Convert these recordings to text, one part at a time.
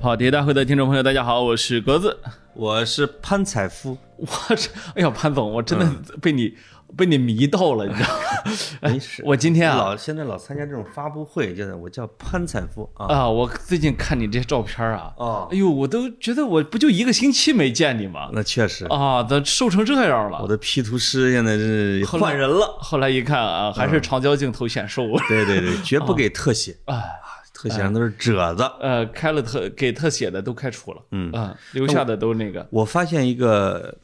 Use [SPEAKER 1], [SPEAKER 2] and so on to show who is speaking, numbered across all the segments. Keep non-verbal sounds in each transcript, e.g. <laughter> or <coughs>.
[SPEAKER 1] 跑题大会的听众朋友，大家好，我是格子。
[SPEAKER 2] 我是潘采夫，
[SPEAKER 1] <laughs> 我这，哎呀，潘总，我真的被你、被你迷到了，你知道吗？
[SPEAKER 2] 没
[SPEAKER 1] <laughs>
[SPEAKER 2] 事。
[SPEAKER 1] 哎我今天啊
[SPEAKER 2] 老现在老参加这种发布会，就是我叫潘采夫啊。
[SPEAKER 1] 啊，我最近看你这些照片啊，
[SPEAKER 2] 哦，
[SPEAKER 1] 哎呦，我都觉得我不就一个星期没见你吗？
[SPEAKER 2] 那确实，
[SPEAKER 1] 啊，咋瘦成这样
[SPEAKER 2] 我
[SPEAKER 1] 了？
[SPEAKER 2] 的 P 图师现在是换
[SPEAKER 1] <laughs>
[SPEAKER 2] 人了。
[SPEAKER 1] 后来一看啊，还是长焦镜头显瘦。 <laughs>
[SPEAKER 2] 对对对，绝不给特写，
[SPEAKER 1] 哎，
[SPEAKER 2] 特写上都是褶子。
[SPEAKER 1] 呃，开了特给特写的都开除了，
[SPEAKER 2] 嗯
[SPEAKER 1] 啊，留下的都那个
[SPEAKER 2] 我发现一个，呃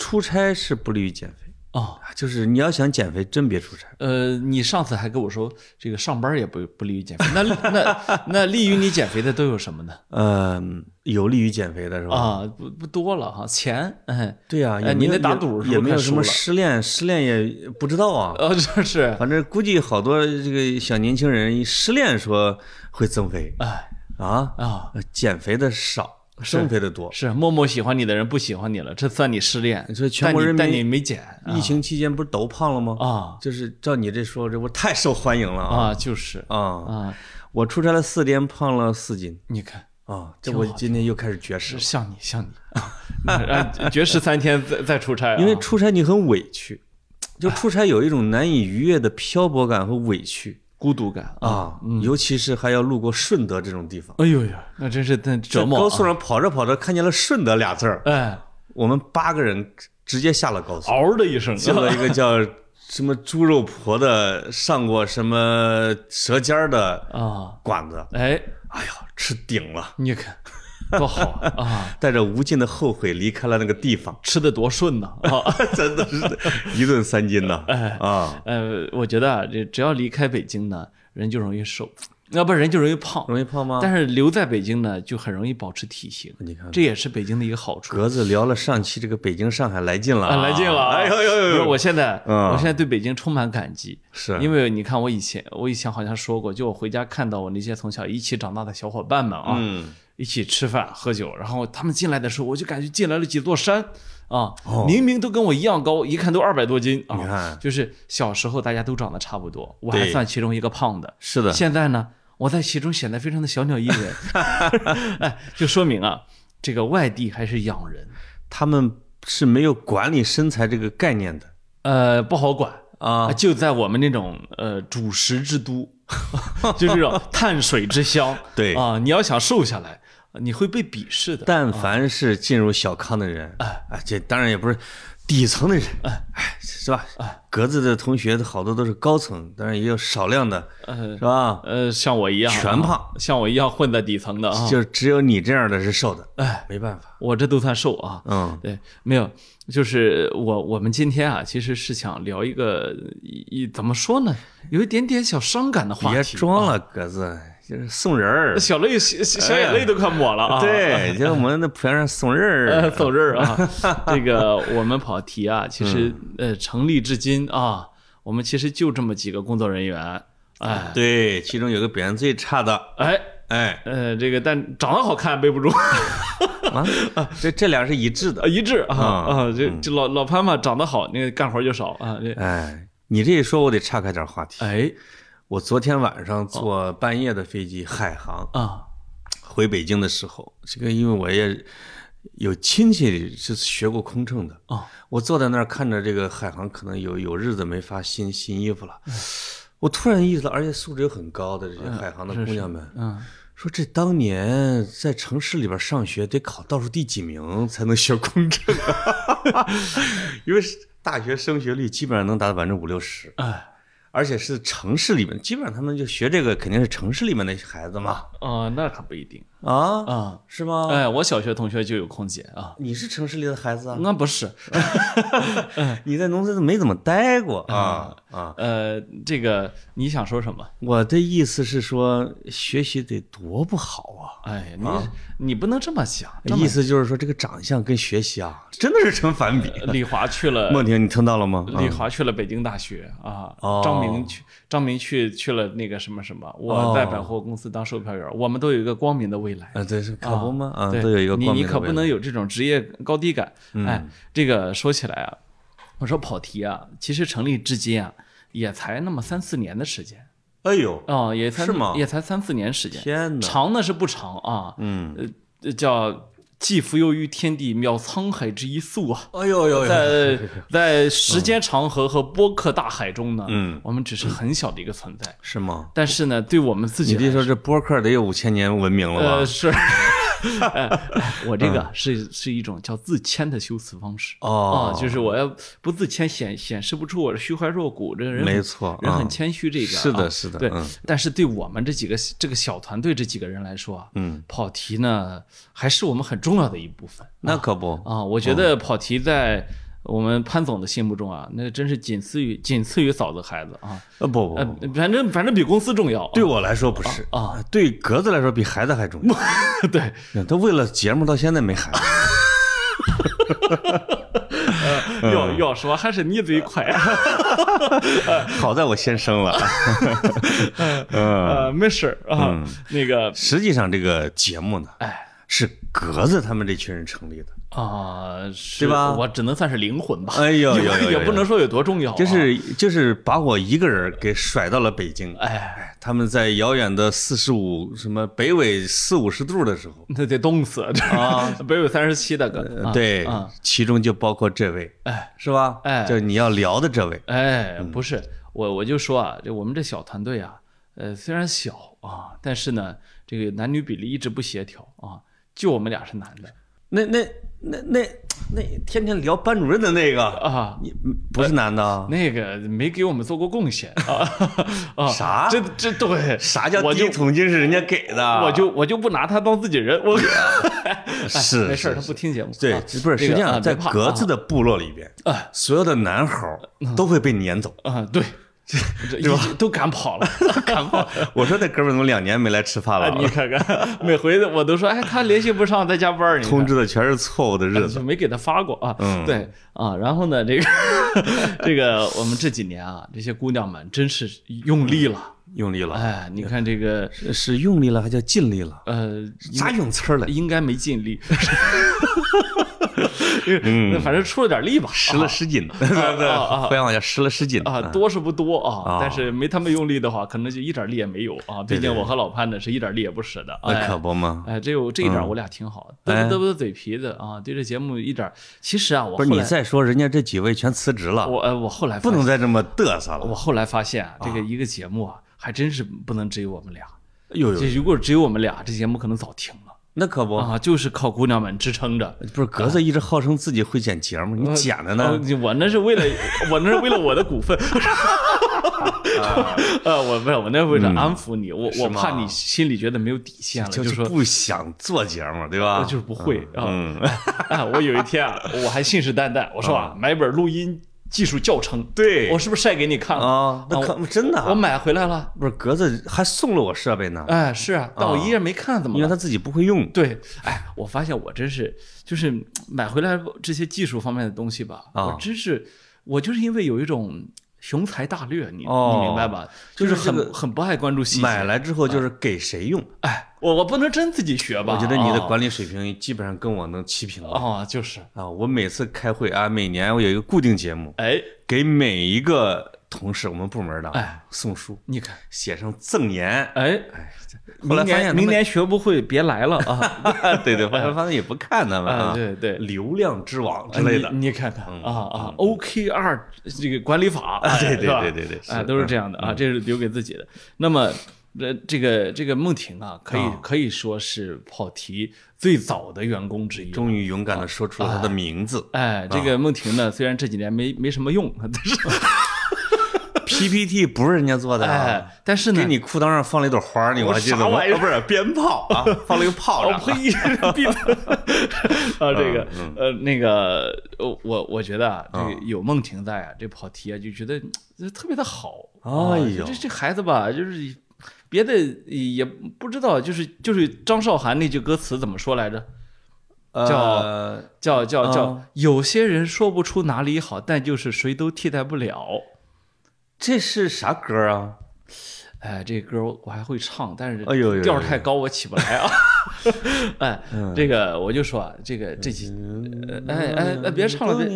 [SPEAKER 2] 出差是不利于减肥，
[SPEAKER 1] 哦。
[SPEAKER 2] 就是你要想减肥，真别出差。
[SPEAKER 1] 呃，你上次还跟我说，这个上班也不不利于减肥，那 <laughs> 那那利于你减肥的都有什么呢？
[SPEAKER 2] 嗯，有利于减肥的是吧？
[SPEAKER 1] 啊，不不多了哈，钱，哎，
[SPEAKER 2] 对呀，
[SPEAKER 1] 哎
[SPEAKER 2] 也没有
[SPEAKER 1] 你那打赌是不是
[SPEAKER 2] 也没有什么
[SPEAKER 1] 快输了
[SPEAKER 2] 失恋，失恋也不知道啊。
[SPEAKER 1] 呃，这是，
[SPEAKER 2] 反正估计好多这个小年轻人一失恋说会增肥
[SPEAKER 1] 哎
[SPEAKER 2] 啊，
[SPEAKER 1] 啊，
[SPEAKER 2] 呃减肥的少，增肥的多。
[SPEAKER 1] 是默默喜欢你的人不喜欢你了，这算你失恋。
[SPEAKER 2] 你说全国人民
[SPEAKER 1] 但你但你没减啊
[SPEAKER 2] 疫情期间不是都胖了吗？
[SPEAKER 1] 啊
[SPEAKER 2] 就是照你这说，这不太受欢迎了啊
[SPEAKER 1] 啊，就是
[SPEAKER 2] 啊！
[SPEAKER 1] 啊，
[SPEAKER 2] 我出差了四天，胖了四斤
[SPEAKER 1] 你看，
[SPEAKER 2] 啊！这我今天又开始绝食
[SPEAKER 1] 这
[SPEAKER 2] 了，
[SPEAKER 1] 像你像你 <laughs> 啊，啊绝食三天再再出差啊，
[SPEAKER 2] 因为出差你很委屈，就出差有一种难以逾越的漂泊感和委屈
[SPEAKER 1] 孤独感啊，
[SPEAKER 2] 啊，尤其是还要路过顺德这种地方。
[SPEAKER 1] 哎呦呦，那真是那折磨
[SPEAKER 2] 在
[SPEAKER 1] 啊
[SPEAKER 2] 高速上跑着跑着，看见了“顺德”俩
[SPEAKER 1] <laughs>
[SPEAKER 2] 字儿，
[SPEAKER 1] 哎，
[SPEAKER 2] 我们八个人直接下了高速，
[SPEAKER 1] 嗷的一声，
[SPEAKER 2] 进了一个叫什么猪肉婆的，上过什么舌尖儿的
[SPEAKER 1] 啊，
[SPEAKER 2] 馆子，
[SPEAKER 1] 哎，
[SPEAKER 2] 哎呀，吃顶了，
[SPEAKER 1] 你看多好 <laughs> 啊啊，，
[SPEAKER 2] 带着无尽的后悔离开了那个地方 <laughs>
[SPEAKER 1] 吃的多顺呐 <laughs> 啊，
[SPEAKER 2] 真的是一顿三
[SPEAKER 1] <laughs>
[SPEAKER 2] 斤呐！
[SPEAKER 1] 哎
[SPEAKER 2] 啊，
[SPEAKER 1] 呃，我觉得啊，这只要离开北京呢，人就容易瘦，要不然人就容易胖，
[SPEAKER 2] 容易胖吗？
[SPEAKER 1] 但是留在北京呢，就很容易保持体型，
[SPEAKER 2] 你看
[SPEAKER 1] 这也是北京的一个好处。
[SPEAKER 2] 格子聊了上期这个北京上海来劲了啊，
[SPEAKER 1] 啊，来劲了啊！
[SPEAKER 2] 哎呦呦呦
[SPEAKER 1] 不是
[SPEAKER 2] 呦，
[SPEAKER 1] 我现在，
[SPEAKER 2] 嗯
[SPEAKER 1] 我现在对北京充满感激，
[SPEAKER 2] 是
[SPEAKER 1] 因为你看，我以前我以前好像说过，就我回家看到我那些从小一起长大的小伙伴们啊，
[SPEAKER 2] 嗯，
[SPEAKER 1] 一起吃饭喝酒，然后他们进来的时候，我就感觉进来了几座山啊，明明都跟我一样高，一看都二百多斤
[SPEAKER 2] 哦你
[SPEAKER 1] 啊，
[SPEAKER 2] 看
[SPEAKER 1] 就是小时候大家都长得差不多，我还
[SPEAKER 2] 对
[SPEAKER 1] 算其中一个胖的，
[SPEAKER 2] 是的，
[SPEAKER 1] 现在呢，我在其中显得非常的小鸟依
[SPEAKER 2] <laughs>
[SPEAKER 1] 人，哎，就说明啊，这个外地还是养人，
[SPEAKER 2] 他们是没有管理身材这个概念的
[SPEAKER 1] 呃，不好管。
[SPEAKER 2] 啊，
[SPEAKER 1] 就在我们那种呃主食之都， <laughs> 就这
[SPEAKER 2] <laughs>
[SPEAKER 1] 种碳水之乡。
[SPEAKER 2] 对
[SPEAKER 1] 啊、你要想瘦下来，你会被鄙视的。
[SPEAKER 2] 但凡是进入小康的人，啊，这当然也不是底层的人，
[SPEAKER 1] 啊
[SPEAKER 2] 哎，是吧？格子的同学好多都是高层，当然也有少量的，
[SPEAKER 1] 呃
[SPEAKER 2] 是吧？
[SPEAKER 1] 呃，像我一样啊
[SPEAKER 2] 全胖，
[SPEAKER 1] 像我一样混在底层的啊，
[SPEAKER 2] 就只有你这样的是瘦的，
[SPEAKER 1] 哎，
[SPEAKER 2] 没办法，
[SPEAKER 1] 我这都算瘦啊。
[SPEAKER 2] 嗯，
[SPEAKER 1] 对，没有，就是我我们今天啊，其实是想聊一个一一怎么说呢，有一点点小伤感的话
[SPEAKER 2] 别
[SPEAKER 1] 题。
[SPEAKER 2] 装了，格子，就是送人儿，
[SPEAKER 1] 小泪小小眼泪都快抹了啊！
[SPEAKER 2] 对，就是我们的濮阳送人
[SPEAKER 1] 呃，
[SPEAKER 2] 儿，
[SPEAKER 1] 走这儿
[SPEAKER 2] <laughs>
[SPEAKER 1] 啊，这个我们跑题啊，其实
[SPEAKER 2] 嗯
[SPEAKER 1] 呃，成立至今啊，我们其实就这么几个工作人员，哎
[SPEAKER 2] 对，其中有个表现最差的，
[SPEAKER 1] 哎 <laughs>
[SPEAKER 2] 哎，
[SPEAKER 1] 呃，这个但长得好看背不住，
[SPEAKER 2] 啊，这这俩是一致的
[SPEAKER 1] 啊，一致啊
[SPEAKER 2] 啊
[SPEAKER 1] 啊，这这老老潘嘛长得好，那个干活就少啊，这
[SPEAKER 2] 哎，你这一说，我得岔开点话题。
[SPEAKER 1] 哎哦
[SPEAKER 2] 我昨天晚上坐半夜的飞机，海航
[SPEAKER 1] 啊
[SPEAKER 2] 回北京的时候，这个因为我也有亲戚是学过空乘的，
[SPEAKER 1] 哦
[SPEAKER 2] 我坐在那儿看着这个海航，可能有有日子没发新新衣服了，我突然意识到，而且素质又很高的这些海航的姑娘们，
[SPEAKER 1] 嗯，
[SPEAKER 2] 说这当年在城市里边上学得考倒数第几名才能学空乘、啊，因为大学升学率基本上能达到百分之五六十。
[SPEAKER 1] 哎
[SPEAKER 2] 而且是城市里面，基本上他们就学这个，肯定是城市里面的孩子嘛，
[SPEAKER 1] 啊，那可不一定
[SPEAKER 2] 啊，
[SPEAKER 1] 啊，
[SPEAKER 2] 是吗？
[SPEAKER 1] 哎，我小学同学就有空姐啊，
[SPEAKER 2] 你是城市里的孩子啊，
[SPEAKER 1] 那不 <laughs> 是，嗯
[SPEAKER 2] <laughs> 你在农村都没怎么待过啊啊！
[SPEAKER 1] 呃，这个你想说什么？
[SPEAKER 2] 我的意思是说，学习得多不好
[SPEAKER 1] 哎，你你不能这么想，
[SPEAKER 2] 啊！意思就是说，这个长相跟学习啊，真的是成反比。
[SPEAKER 1] 李华去了
[SPEAKER 2] 梦婷，你听到了吗？
[SPEAKER 1] 呃 <laughs>
[SPEAKER 2] 啊
[SPEAKER 1] 李华去了北京大学啊，
[SPEAKER 2] 哦
[SPEAKER 1] 张明去张明去去了那个什么什么，我
[SPEAKER 2] 哦
[SPEAKER 1] 在百货公司当售票员，我们都有一个光明的未来。
[SPEAKER 2] 啊，对，是可不吗？啊，
[SPEAKER 1] 对
[SPEAKER 2] 都有一个
[SPEAKER 1] 你
[SPEAKER 2] 光
[SPEAKER 1] 你
[SPEAKER 2] 明的嗯
[SPEAKER 1] 可
[SPEAKER 2] 未
[SPEAKER 1] 不能
[SPEAKER 2] 来
[SPEAKER 1] 有这种职业高低感。哎，这个说起来啊，我说跑题啊，其实成立至今啊，也才那么三四年的时间。
[SPEAKER 2] 哎呦，
[SPEAKER 1] 哦，也才
[SPEAKER 2] 是吗
[SPEAKER 1] 也才三四年时间，
[SPEAKER 2] 天哪！
[SPEAKER 1] 长呢是不长啊，
[SPEAKER 2] 嗯，
[SPEAKER 1] 呃叫既浮游于天地，渺沧海之一粟
[SPEAKER 2] <laughs>
[SPEAKER 1] 啊。
[SPEAKER 2] 哎呦呦呦，
[SPEAKER 1] 在在时间长河和波客大海中呢，
[SPEAKER 2] 嗯，
[SPEAKER 1] 我们只是很小的一个存在，
[SPEAKER 2] 是吗？
[SPEAKER 1] 但是呢，对我们自己
[SPEAKER 2] 你
[SPEAKER 1] 来
[SPEAKER 2] 这说这播客得有五千年文明了嗯
[SPEAKER 1] 呃，
[SPEAKER 2] 吧？ <laughs>
[SPEAKER 1] 是，哎我这个是是一种叫自谦的修辞方式啊，
[SPEAKER 2] 哦，
[SPEAKER 1] 就是我要不自谦，显显示不出我是虚怀若谷，这个人很
[SPEAKER 2] 没错
[SPEAKER 1] 人很
[SPEAKER 2] 嗯
[SPEAKER 1] 谦虚这一点啊。
[SPEAKER 2] 是的是的
[SPEAKER 1] 对
[SPEAKER 2] 嗯。
[SPEAKER 1] 但是对我们这几个这个小团队这几个人来说啊，
[SPEAKER 2] 嗯，
[SPEAKER 1] 跑题呢还是我们很重要的一部分
[SPEAKER 2] 那可不，
[SPEAKER 1] 啊。我觉得跑题在我们潘总的心目中啊，那真是仅次于仅次于嫂子孩子啊，
[SPEAKER 2] 呃不不
[SPEAKER 1] 呃
[SPEAKER 2] 不，
[SPEAKER 1] 反正反正比公司重要啊。
[SPEAKER 2] 对我来说不是
[SPEAKER 1] 啊，
[SPEAKER 2] 对格子来说比孩子还重要。
[SPEAKER 1] <laughs> 对，
[SPEAKER 2] 他为了节目到现在没孩子，嗯
[SPEAKER 1] 要要说还是你最快。
[SPEAKER 2] <laughs> <laughs> 好在我先生了。嗯，
[SPEAKER 1] 呃，没事儿啊，那个
[SPEAKER 2] <laughs> 实际上这个节目呢，
[SPEAKER 1] 哎
[SPEAKER 2] 是格子他们这群人成立的，
[SPEAKER 1] 啊，是
[SPEAKER 2] 对吧
[SPEAKER 1] 我只能算是灵魂吧，
[SPEAKER 2] 哎呦
[SPEAKER 1] 也
[SPEAKER 2] 呦呦
[SPEAKER 1] 也
[SPEAKER 2] 呦
[SPEAKER 1] 不能说有多重要啊，
[SPEAKER 2] 就是就是把我一个人给甩到了北京。
[SPEAKER 1] 哎，
[SPEAKER 2] 哎他们在遥远的四十五什么北纬四五十度的时候，
[SPEAKER 1] <laughs> 那得冻死啊！这 <laughs> 北纬三十七大哥，啊
[SPEAKER 2] 呃对
[SPEAKER 1] 啊，，
[SPEAKER 2] 其中就包括这位，
[SPEAKER 1] 哎
[SPEAKER 2] 是吧？
[SPEAKER 1] 哎
[SPEAKER 2] 就你要聊的这位，
[SPEAKER 1] 哎，
[SPEAKER 2] 嗯
[SPEAKER 1] 不是我我就说啊，这我们这小团队啊，呃，虽然小啊，但是呢，这个男女比例一直不协调啊，就我们俩是男的
[SPEAKER 2] 那那那那那天天聊班主任的那个，
[SPEAKER 1] 啊，
[SPEAKER 2] 你不是男的啊？
[SPEAKER 1] 那个没给我们做过贡献啊啊！ <laughs>
[SPEAKER 2] 啥
[SPEAKER 1] 这这对
[SPEAKER 2] 啥叫
[SPEAKER 1] 我
[SPEAKER 2] 第
[SPEAKER 1] 就
[SPEAKER 2] 一桶金是人家给的？啊
[SPEAKER 1] 我就我就不拿他当自己人，
[SPEAKER 2] <laughs>
[SPEAKER 1] 我哎
[SPEAKER 2] 是
[SPEAKER 1] 没事儿，他
[SPEAKER 2] 是
[SPEAKER 1] 不听节目。
[SPEAKER 2] 对
[SPEAKER 1] 啊，
[SPEAKER 2] 不
[SPEAKER 1] 这
[SPEAKER 2] 是实际
[SPEAKER 1] 个啊
[SPEAKER 2] 上在
[SPEAKER 1] 别怕
[SPEAKER 2] 格子的部落里边，
[SPEAKER 1] 啊嗯
[SPEAKER 2] 所有的男猴儿都会被撵走。
[SPEAKER 1] 啊，
[SPEAKER 2] <laughs>
[SPEAKER 1] 对，这这一都赶跑了，赶跑了。
[SPEAKER 2] 我说那哥们儿怎么两年没来吃饭
[SPEAKER 1] 啊
[SPEAKER 2] 了
[SPEAKER 1] 你
[SPEAKER 2] 啊？
[SPEAKER 1] 看看， <laughs> 每回我都说，哎，他联系不上，在加班儿，你看
[SPEAKER 2] 通知的全是错误的日子。
[SPEAKER 1] 就没给他发过啊。
[SPEAKER 2] 嗯
[SPEAKER 1] 对啊，然后呢，这个 <laughs> 这个我们这几年啊，这些姑娘们真是用力了。
[SPEAKER 2] 用力了，
[SPEAKER 1] 哎，你看这个
[SPEAKER 2] 是用力了还叫尽力了？
[SPEAKER 1] 呃，
[SPEAKER 2] 啥用词儿 <laughs> 了？
[SPEAKER 1] 应该没尽力。 <laughs> 嗯，反正出了点力吧，
[SPEAKER 2] 十了十斤，
[SPEAKER 1] <laughs>
[SPEAKER 2] 对
[SPEAKER 1] 啊啊
[SPEAKER 2] 对，互相往下十了十斤
[SPEAKER 1] 啊，
[SPEAKER 2] 嗯
[SPEAKER 1] 多是不多啊
[SPEAKER 2] 啊，
[SPEAKER 1] 但是没他们用力的话，可能就一点力也没有啊。毕竟
[SPEAKER 2] 对
[SPEAKER 1] 我和老潘呢是一点力也不使的，
[SPEAKER 2] 那
[SPEAKER 1] 哎
[SPEAKER 2] 可不嘛。
[SPEAKER 1] 哎，这有这一点我俩挺好，嘚
[SPEAKER 2] 哎
[SPEAKER 1] 啵嘚啵的嘴皮子啊，对这节目一点。其实啊，我
[SPEAKER 2] 不是
[SPEAKER 1] 后
[SPEAKER 2] 你
[SPEAKER 1] 来
[SPEAKER 2] 再说，人家这几位全辞职了，
[SPEAKER 1] 我呃我后来发
[SPEAKER 2] 不能，再这么嘚瑟
[SPEAKER 1] 我
[SPEAKER 2] 了。
[SPEAKER 1] 后来发现啊，这个一个节目啊，还真是不能只有我们俩。
[SPEAKER 2] 呦
[SPEAKER 1] 这
[SPEAKER 2] 呦，
[SPEAKER 1] 如果只有我们俩，这节目可能早停了
[SPEAKER 2] 那可不，
[SPEAKER 1] 啊，就是靠姑娘们支撑着。
[SPEAKER 2] 不是格子一直号称自己会剪节目，你剪的
[SPEAKER 1] 呃
[SPEAKER 2] 呢？
[SPEAKER 1] 你我那是为了，我那是为了我的股份。 <laughs> 呃，我不是，我那是为了安抚你，我我
[SPEAKER 2] 嗯吗
[SPEAKER 1] 怕你心里觉得没有底线了，
[SPEAKER 2] 就
[SPEAKER 1] 就是说
[SPEAKER 2] 不想做节目，对吧？
[SPEAKER 1] 就是不会啊。
[SPEAKER 2] 嗯，
[SPEAKER 1] <laughs> 啊，我有一天啊，我还信誓旦旦，我说啊，买本录音技术教程，
[SPEAKER 2] 对
[SPEAKER 1] 我是不是晒给你看了
[SPEAKER 2] 啊，那可真的啊
[SPEAKER 1] 我买回来了，
[SPEAKER 2] 不是格子还送了我设备呢，
[SPEAKER 1] 哎，是啊，但我
[SPEAKER 2] 哦
[SPEAKER 1] 一页没看，怎么
[SPEAKER 2] 因
[SPEAKER 1] 了？
[SPEAKER 2] 为他自己不会用。
[SPEAKER 1] 对，哎，我发现我真是就是嗯买回来这些技术方面的东西吧，
[SPEAKER 2] 啊
[SPEAKER 1] 我真是我就是因为有一种雄才大略，你、
[SPEAKER 2] 哦
[SPEAKER 1] 你明白吧？就
[SPEAKER 2] 就是
[SPEAKER 1] 是
[SPEAKER 2] 这
[SPEAKER 1] 很、
[SPEAKER 2] 个
[SPEAKER 1] 很不爱关注细节。
[SPEAKER 2] 买，来之后就是给谁用，
[SPEAKER 1] 哎，我我不能真自己学吧？
[SPEAKER 2] 我觉得你的
[SPEAKER 1] 啊
[SPEAKER 2] 管理水平基本上跟我能齐平了
[SPEAKER 1] 哦就是，
[SPEAKER 2] 啊！我每次开会啊，每年我有一个固定节目，
[SPEAKER 1] 哎
[SPEAKER 2] 给每一个同事我们部门的
[SPEAKER 1] 哎
[SPEAKER 2] 啊送书，
[SPEAKER 1] 你看，
[SPEAKER 2] 写上赠言。 <laughs>
[SPEAKER 1] 哎，
[SPEAKER 2] 后来
[SPEAKER 1] 明
[SPEAKER 2] 发现他
[SPEAKER 1] 年
[SPEAKER 2] 们
[SPEAKER 1] 明年学不会别来了
[SPEAKER 2] <laughs>
[SPEAKER 1] 啊！
[SPEAKER 2] 对对，后来发现也不看他们
[SPEAKER 1] 啊
[SPEAKER 2] 啊，
[SPEAKER 1] 对对
[SPEAKER 2] 流量之王之类的
[SPEAKER 1] 啊。
[SPEAKER 2] 嗯
[SPEAKER 1] 你你看看啊啊，OKR 这个管理法，哎
[SPEAKER 2] 啊对对
[SPEAKER 1] 是吧
[SPEAKER 2] 对对对是嗯
[SPEAKER 1] 哎，都是这样的啊，这是留给自己的。那么，这这个这个梦婷啊，可以
[SPEAKER 2] 啊
[SPEAKER 1] 可以说是跑题最早的员工之一。
[SPEAKER 2] 终于勇敢的说出了他的名字。
[SPEAKER 1] 哎，这
[SPEAKER 2] 啊
[SPEAKER 1] 个梦婷呢，虽然这几年没没什么用，但是
[SPEAKER 2] PPT 不是人家做的啊，
[SPEAKER 1] 哎，但是呢
[SPEAKER 2] 给，你裤裆上放了一朵花儿，你
[SPEAKER 1] 我
[SPEAKER 2] 还记得
[SPEAKER 1] 啥
[SPEAKER 2] 吗？
[SPEAKER 1] 玩意儿
[SPEAKER 2] 哦不是鞭炮 <laughs> 啊，放了一个炮
[SPEAKER 1] 哦
[SPEAKER 2] 仗。
[SPEAKER 1] 呸，闭
[SPEAKER 2] <laughs>
[SPEAKER 1] 嘴啊，这个
[SPEAKER 2] 嗯
[SPEAKER 1] 呃那个，呃我我觉得啊，这个有梦婷在啊，这跑题啊就觉得嗯这特别的好。啊
[SPEAKER 2] 哎呦
[SPEAKER 1] 这这孩子吧，就是别的也不知道，就是就是张韶涵那句歌词怎么说来着？
[SPEAKER 2] 叫
[SPEAKER 1] 叫叫叫
[SPEAKER 2] 啊，
[SPEAKER 1] 有些人说不出哪里好，但就是谁都替代不了。
[SPEAKER 2] 这是啥歌啊？
[SPEAKER 1] 哎，这歌我我还会唱，但是
[SPEAKER 2] 哎呦呦呦嗯
[SPEAKER 1] 调儿太高，我起不来
[SPEAKER 2] <laughs>
[SPEAKER 1] 啊。哎
[SPEAKER 2] 嗯
[SPEAKER 1] 哎，这个我就说啊这个这几，呃哎哎哎，别唱了，别。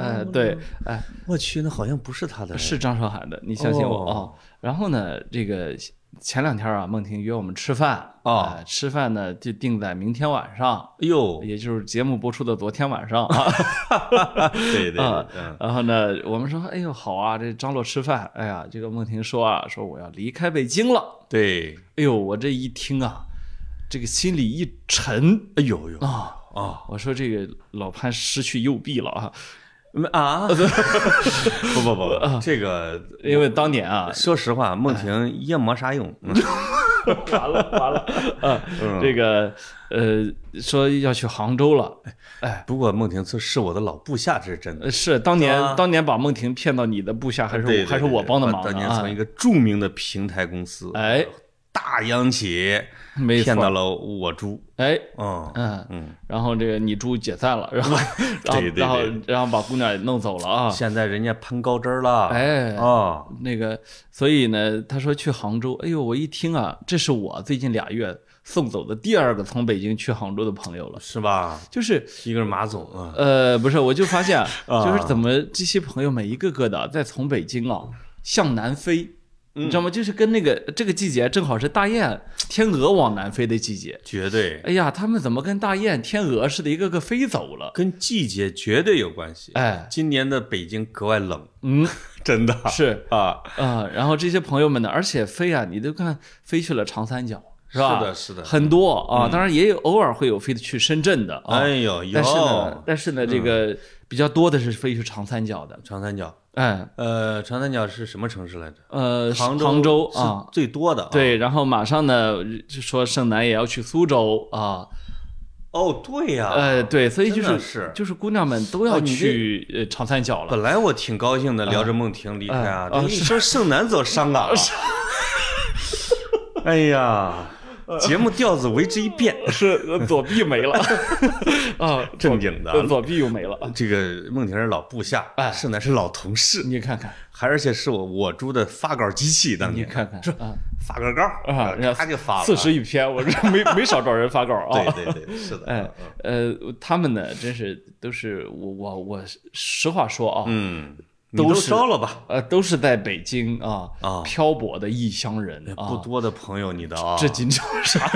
[SPEAKER 1] 哎，对，哎，
[SPEAKER 2] 我去，那好像不是他的，
[SPEAKER 1] 是张韶涵的，你相信我啊、
[SPEAKER 2] 哦
[SPEAKER 1] 然后呢，这个前两天啊，孟婷约我们吃饭
[SPEAKER 2] 哦
[SPEAKER 1] 哎吃饭呢就定在明天晚上，
[SPEAKER 2] 哎呦，
[SPEAKER 1] 也就是节目播出的昨天晚上
[SPEAKER 2] <laughs>
[SPEAKER 1] 啊。
[SPEAKER 2] 对对，
[SPEAKER 1] 啊
[SPEAKER 2] 嗯，
[SPEAKER 1] 然后呢，我们说，哎呦，好啊，这张罗吃饭，哎呀，这个孟婷说啊，说我要离开北京了，
[SPEAKER 2] 对，
[SPEAKER 1] 哎呦，我这一听啊，这个心里一沉
[SPEAKER 2] 哎呦呦
[SPEAKER 1] 啊，
[SPEAKER 2] 啊，
[SPEAKER 1] 我说这个老潘失去右臂了啊，
[SPEAKER 2] 没
[SPEAKER 1] <laughs>
[SPEAKER 2] 啊，不 <laughs> 不不不，这个
[SPEAKER 1] 因为当年啊，
[SPEAKER 2] <laughs> 说实话，梦婷也没啥用，嗯
[SPEAKER 1] 完了完了， <laughs> 啊，这个呃，说要去杭州了，哎，
[SPEAKER 2] 嗯不过梦婷是是我的老部下，这是真的。
[SPEAKER 1] 呃是当年、
[SPEAKER 2] 啊
[SPEAKER 1] 当年把孟婷骗到你的部下，还是我
[SPEAKER 2] 对对
[SPEAKER 1] 还是
[SPEAKER 2] 对
[SPEAKER 1] 我帮的
[SPEAKER 2] 我
[SPEAKER 1] 忙的
[SPEAKER 2] 当年
[SPEAKER 1] 啊
[SPEAKER 2] 从一个著名的平台公司，
[SPEAKER 1] 哎，
[SPEAKER 2] 大央企
[SPEAKER 1] 没
[SPEAKER 2] 骗
[SPEAKER 1] 错
[SPEAKER 2] 到了我猪，
[SPEAKER 1] 哎，
[SPEAKER 2] 嗯
[SPEAKER 1] 嗯。
[SPEAKER 2] 嗯，
[SPEAKER 1] 然后这个你猪解散了，然后然后
[SPEAKER 2] <laughs> 对对对
[SPEAKER 1] 然后然后把姑娘也弄走了啊，
[SPEAKER 2] 现在人家攀高枝儿了，
[SPEAKER 1] 哎，
[SPEAKER 2] 啊，
[SPEAKER 1] 那个，所以呢，他说去杭州，哎呦，我一听啊，这是我最近俩月送走的第二个从北京去杭州的朋友了，
[SPEAKER 2] 是吧？
[SPEAKER 1] 就是。
[SPEAKER 2] 一个是马总啊，
[SPEAKER 1] 呃，不是，我就发现，
[SPEAKER 2] <laughs> 啊
[SPEAKER 1] 就是怎么这些朋友们一个个的在从北京啊向南飞，你
[SPEAKER 2] 嗯
[SPEAKER 1] 知道吗？就是跟那个这个季节正好是大雁、天鹅往南飞的季节。
[SPEAKER 2] 绝对
[SPEAKER 1] 哎呀，他们怎么跟大雁、天鹅似的，一个个飞走了？
[SPEAKER 2] 跟季节绝对有关系。
[SPEAKER 1] 哎，
[SPEAKER 2] 今年的北京格外冷，
[SPEAKER 1] 嗯，
[SPEAKER 2] <laughs> 真的
[SPEAKER 1] 是
[SPEAKER 2] 啊，
[SPEAKER 1] 啊、然后这些朋友们呢，而且飞啊，你都看飞去了长三角，是吧？
[SPEAKER 2] 是的是的嗯
[SPEAKER 1] 很多啊，当然也有偶尔会有飞去深圳的啊，
[SPEAKER 2] 哎呦，有嗯
[SPEAKER 1] 但是呢，但是呢，这个比较多的是飞去长三角的，
[SPEAKER 2] 长三角，
[SPEAKER 1] 哎，
[SPEAKER 2] 呃，长三角是什么城市来着？
[SPEAKER 1] 呃，杭
[SPEAKER 2] 州
[SPEAKER 1] 州
[SPEAKER 2] 是
[SPEAKER 1] 啊，
[SPEAKER 2] 最多的。，
[SPEAKER 1] 对，然后马上呢就说盛楠也要去苏州啊，
[SPEAKER 2] 哦，对呀，
[SPEAKER 1] 呃，对，所以就
[SPEAKER 2] 真
[SPEAKER 1] 是
[SPEAKER 2] 的是
[SPEAKER 1] 就是姑娘们都要
[SPEAKER 2] 啊你这
[SPEAKER 1] 去呃长三角了，
[SPEAKER 2] 本来我挺高兴的，聊着梦婷离开啊，
[SPEAKER 1] 啊
[SPEAKER 2] 这一说盛楠走伤感了。哎呀，
[SPEAKER 1] 呃
[SPEAKER 2] 节目调子为之一变，
[SPEAKER 1] <laughs>
[SPEAKER 2] 呃
[SPEAKER 1] 是左臂没了
[SPEAKER 2] <laughs>
[SPEAKER 1] 啊，
[SPEAKER 2] 正经的
[SPEAKER 1] 左左臂又没了，
[SPEAKER 2] 这个梦婷是老部下，
[SPEAKER 1] 哎嗯
[SPEAKER 2] 盛楠是老同事，
[SPEAKER 1] 你看看，
[SPEAKER 2] 还而且是我我猪的发稿机器，当
[SPEAKER 1] 你
[SPEAKER 2] 年
[SPEAKER 1] 看看啊。
[SPEAKER 2] 发个稿
[SPEAKER 1] 啊，人家
[SPEAKER 2] 他就发了。
[SPEAKER 1] 四十一篇，我这没没少找人发稿啊。
[SPEAKER 2] 对对对，是的。
[SPEAKER 1] 哎
[SPEAKER 2] 嗯，
[SPEAKER 1] 呃，他们呢，真是都是我我我实话说啊，
[SPEAKER 2] 嗯，你
[SPEAKER 1] 都
[SPEAKER 2] 都
[SPEAKER 1] 是
[SPEAKER 2] 烧了吧？
[SPEAKER 1] 呃，都是在北京啊
[SPEAKER 2] 啊哎
[SPEAKER 1] 漂泊的异乡人啊。
[SPEAKER 2] 不多的朋友，你的啊，嗯
[SPEAKER 1] 这几年
[SPEAKER 2] <laughs>
[SPEAKER 1] 啥？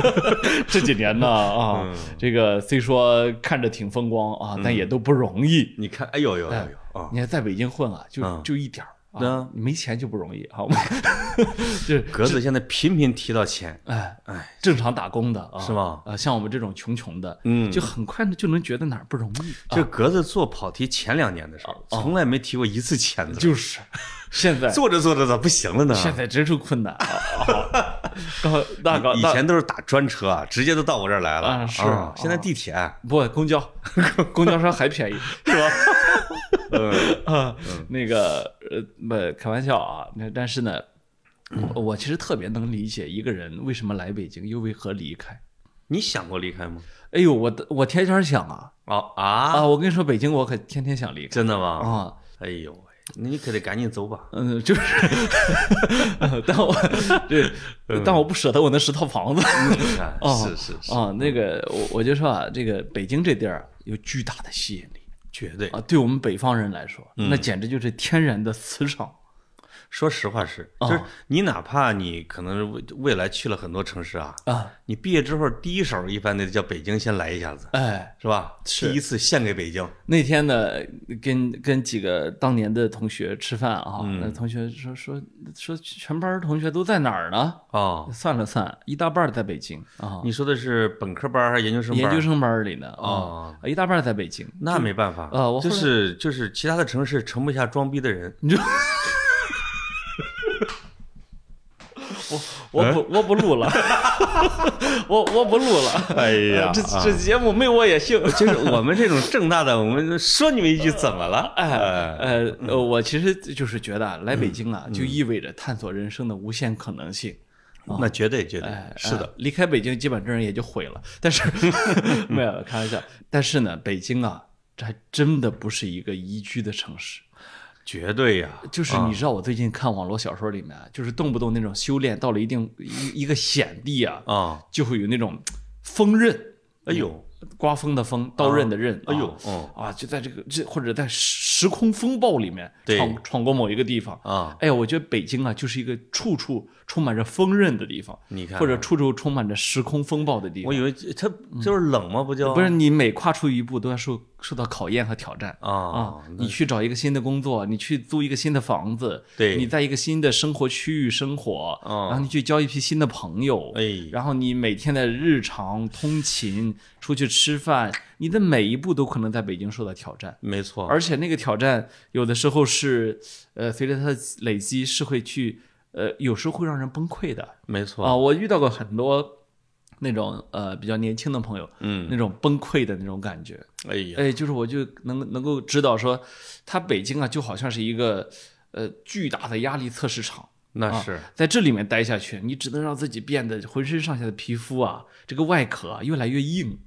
[SPEAKER 1] 这几年呢啊，这个虽说看着挺风光啊，但也都不容易。
[SPEAKER 2] 你看，哎呦呦呦呦啊，
[SPEAKER 1] 你看在北京混啊，就
[SPEAKER 2] 嗯
[SPEAKER 1] 就一点儿啊
[SPEAKER 2] 嗯，
[SPEAKER 1] 没钱就不容易，好吗？ <laughs> 就是
[SPEAKER 2] 格子现在频频提到钱，
[SPEAKER 1] 哎
[SPEAKER 2] 哎，
[SPEAKER 1] 正常打工的啊，
[SPEAKER 2] 是吗
[SPEAKER 1] 啊，像我们这种穷穷的，
[SPEAKER 2] 嗯
[SPEAKER 1] 就很快就能觉得哪儿不容易。啊
[SPEAKER 2] 这格子做跑题前两年的时候，从来没提过一次钱字。
[SPEAKER 1] 就是 <laughs> 现在，
[SPEAKER 2] <laughs> 做着做着咋不行了呢？
[SPEAKER 1] 现在真是困难 <laughs> 啊！啊高那个
[SPEAKER 2] 以
[SPEAKER 1] 那
[SPEAKER 2] 前都是打专车啊，直接都到我这儿来
[SPEAKER 1] 啊
[SPEAKER 2] 了。
[SPEAKER 1] 是
[SPEAKER 2] 啊
[SPEAKER 1] 啊
[SPEAKER 2] 现在地铁，
[SPEAKER 1] <laughs> 不公交，公交车还便 <laughs> 宜是吧？
[SPEAKER 2] 嗯，
[SPEAKER 1] 啊，那个呃，不开玩笑啊，那但是呢，我我其实特别能理解一个人为什么来北京，又为何离开。
[SPEAKER 2] 你想过离开吗？
[SPEAKER 1] 哎呦，我我天天想啊
[SPEAKER 2] 哦啊，
[SPEAKER 1] 啊！我跟你说，北京我可天天想离开
[SPEAKER 2] 真的吗？
[SPEAKER 1] 啊。
[SPEAKER 2] 哎呦喂，那你可得赶紧走吧。
[SPEAKER 1] 嗯，就是， <laughs> 但 <laughs> 我对，但我不舍得我那十套房子
[SPEAKER 2] 你看
[SPEAKER 1] 哦
[SPEAKER 2] 是是
[SPEAKER 1] <laughs>
[SPEAKER 2] 是，
[SPEAKER 1] 啊。那个，我我就说啊，这个北京这地儿啊有巨大的吸引力
[SPEAKER 2] 绝对。
[SPEAKER 1] 啊，对我们北方人来说，那简直就是天然的磁场。
[SPEAKER 2] 说实话是，
[SPEAKER 1] 哦
[SPEAKER 2] 就是你哪怕你可能未未来去了很多城市啊，
[SPEAKER 1] 啊，
[SPEAKER 2] 你毕业之后第一手一般得叫北京先来一下子，
[SPEAKER 1] 哎，
[SPEAKER 2] 是吧？
[SPEAKER 1] 是
[SPEAKER 2] 第一次献给北京，
[SPEAKER 1] 那天呢，跟跟几个当年的同学吃饭啊，那同学说说说全班同学都在哪儿呢？
[SPEAKER 2] 哦，
[SPEAKER 1] 算了算，一大半儿在北京啊，
[SPEAKER 2] 你说的是本科班还是研究生班？
[SPEAKER 1] 研究生班儿里呢啊
[SPEAKER 2] 哦，
[SPEAKER 1] 一大半儿在北京。
[SPEAKER 2] 那没办法
[SPEAKER 1] 啊我后
[SPEAKER 2] 就
[SPEAKER 1] 来
[SPEAKER 2] 是就是其他的城市盛不下装逼的人，
[SPEAKER 1] 我不我不录了， <laughs> 我我不录了。
[SPEAKER 2] 哎
[SPEAKER 1] 这这节目没我也行。
[SPEAKER 2] 就是我们这种正大的，我们说你们一句怎么了？哎，
[SPEAKER 1] 呃呃，我其实就是觉得啊，来北京啊，就意味着探索人生的无限可能性。
[SPEAKER 2] 那绝对绝对
[SPEAKER 1] 哎
[SPEAKER 2] 是的，
[SPEAKER 1] 呃离开北京，基本这人也就毁了。但
[SPEAKER 2] <laughs>
[SPEAKER 1] 是没有开玩笑，但是呢，北京啊，这还真的不是一个宜居的城市。哎
[SPEAKER 2] 绝对呀，
[SPEAKER 1] 就是
[SPEAKER 2] 啊
[SPEAKER 1] 你知道，我最近看网络小说里面啊，就是动不动那种修炼到了一定一一个险地啊，
[SPEAKER 2] 啊，
[SPEAKER 1] 就会有那种锋刃。
[SPEAKER 2] 哎呦，
[SPEAKER 1] 刮风的风，刀刃的刃，
[SPEAKER 2] 哎呦
[SPEAKER 1] 啊，
[SPEAKER 2] 嗯
[SPEAKER 1] 啊，就在这个这或者在时时空风暴里面
[SPEAKER 2] 对
[SPEAKER 1] 闯闯过某一个地方。
[SPEAKER 2] 啊，
[SPEAKER 1] 哎呀，我觉得北京啊，就是一个处处充满着风刃的地方，
[SPEAKER 2] 你看啊
[SPEAKER 1] 或者处处充满着时空风暴的地
[SPEAKER 2] 我
[SPEAKER 1] 方。
[SPEAKER 2] 以为它就是冷吗？不叫
[SPEAKER 1] 不是你每跨出一步都要受受到考验和挑战
[SPEAKER 2] 啊
[SPEAKER 1] 啊！，你去找一个新的工作，你去租一个新的房子，
[SPEAKER 2] 对
[SPEAKER 1] 你在一个新的生活区域生活，
[SPEAKER 2] 嗯
[SPEAKER 1] 然后你去交一批新的朋友，
[SPEAKER 2] 哎
[SPEAKER 1] 然后你每天的日常通勤、出去吃饭，你的每一步都可能在北京受到挑战，
[SPEAKER 2] 没错，
[SPEAKER 1] 而且那个挑战有的时候是，呃，随着它的累积是会去，呃，有时候会让人崩溃的
[SPEAKER 2] 没错，
[SPEAKER 1] 啊。我遇到过很多那种呃比较年轻的朋友，
[SPEAKER 2] 嗯，
[SPEAKER 1] 那种崩溃的那种感觉，
[SPEAKER 2] 哎呀，
[SPEAKER 1] 哎，就是我就能能够知道说，它北京啊就好像是一个呃巨大的压力测试场。
[SPEAKER 2] 那是
[SPEAKER 1] 在这里面待下去，你只能让自己变得浑身上下的皮肤啊，这个外壳啊越来越硬。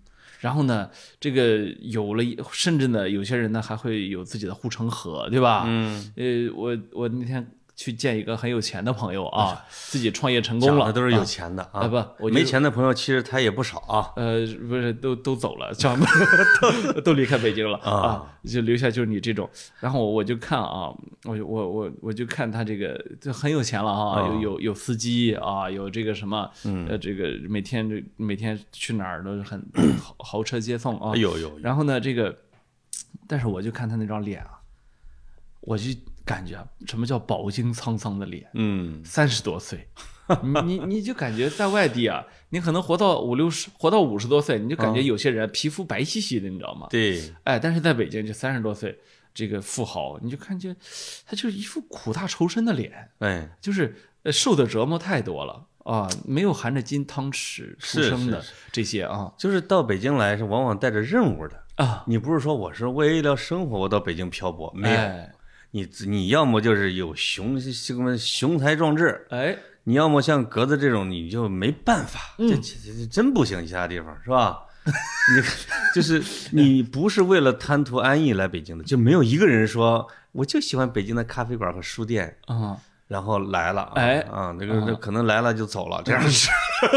[SPEAKER 1] 然后呢，这个有了，甚至呢，有些人呢还会有自己的护城河，对吧？
[SPEAKER 2] 嗯，
[SPEAKER 1] 呃，我我那天去见一个很有钱的朋友啊，自己创业成功
[SPEAKER 2] 哎讲
[SPEAKER 1] 了，
[SPEAKER 2] 的都是有钱的啊，
[SPEAKER 1] 啊不我就
[SPEAKER 2] 没钱的朋友其实他也不少啊，
[SPEAKER 1] 呃，不是，都都走
[SPEAKER 2] <laughs>
[SPEAKER 1] 了，像 <laughs> 都都离开北京了
[SPEAKER 2] 啊
[SPEAKER 1] 啊，就留下就是你这种。然后我我就看啊，我就我我我就看他这个就很有钱了啊，
[SPEAKER 2] 啊嗯
[SPEAKER 1] 有有有司机啊，有这个什么，呃，这个每天这每天去哪儿都是很 <coughs> 豪豪车接送啊
[SPEAKER 2] 哎。呦呦，
[SPEAKER 1] 然后呢，这个，但是我就看他那张脸啊，我就感觉啊什么叫饱经沧桑的脸。
[SPEAKER 2] 嗯，
[SPEAKER 1] 三十多岁，你你你就感觉在外地啊，你可能活到五六十，活到五十多岁，你就
[SPEAKER 2] 嗯
[SPEAKER 1] 感觉有些人啊皮肤白皙皙的，你知道吗？
[SPEAKER 2] 对，
[SPEAKER 1] 哎，但是在北京就三十多岁，这个富豪，你就看见他就是一副苦大仇深的脸，
[SPEAKER 2] 哎，
[SPEAKER 1] 就是呃受的折磨太多了啊，没有含着金汤匙出
[SPEAKER 2] 是
[SPEAKER 1] 生的
[SPEAKER 2] 是
[SPEAKER 1] 这些啊
[SPEAKER 2] 就是到北京来是往往带着任务的。
[SPEAKER 1] 啊，
[SPEAKER 2] 你不是说我是为了生活我到北京漂泊，没有，
[SPEAKER 1] 哎
[SPEAKER 2] 你你要么就是有雄什么雄才壮志，
[SPEAKER 1] 哎
[SPEAKER 2] 你要么像格子这种你就没办法，
[SPEAKER 1] 嗯
[SPEAKER 2] 这这这这真不行，其他地方是吧？ <laughs> 你就是你不是为了贪图安逸来北京的，就没有一个人说我就喜欢北京的咖啡馆和书店，
[SPEAKER 1] 啊，
[SPEAKER 2] 然后来了啊，
[SPEAKER 1] 哎
[SPEAKER 2] 啊，那个那可能来了就走了，这样
[SPEAKER 1] <laughs>
[SPEAKER 2] 是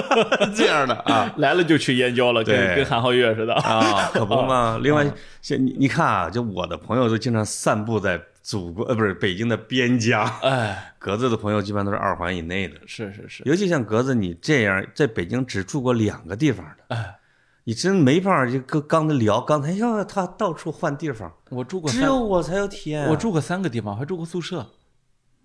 [SPEAKER 2] <laughs> 这样的啊。
[SPEAKER 1] 来了就去燕郊了，
[SPEAKER 2] 对
[SPEAKER 1] 跟跟韩浩月似的啊
[SPEAKER 2] 啊，可不嘛。另
[SPEAKER 1] 哦
[SPEAKER 2] 外，像你你看啊，就我的朋友都经常散步在祖国呃不是北京的边疆，
[SPEAKER 1] 哎，
[SPEAKER 2] 格子的朋友基本上都是二环以内的，
[SPEAKER 1] 是是是，
[SPEAKER 2] 尤其像格子你这样在北京只住过两个地方的，
[SPEAKER 1] 哎，
[SPEAKER 2] 你真没法儿就跟刚才聊，刚才要他到处换地方，
[SPEAKER 1] 我住过
[SPEAKER 2] 只
[SPEAKER 1] 三，
[SPEAKER 2] 有我才有体验啊。
[SPEAKER 1] 我住过三个地方，还住过宿舍。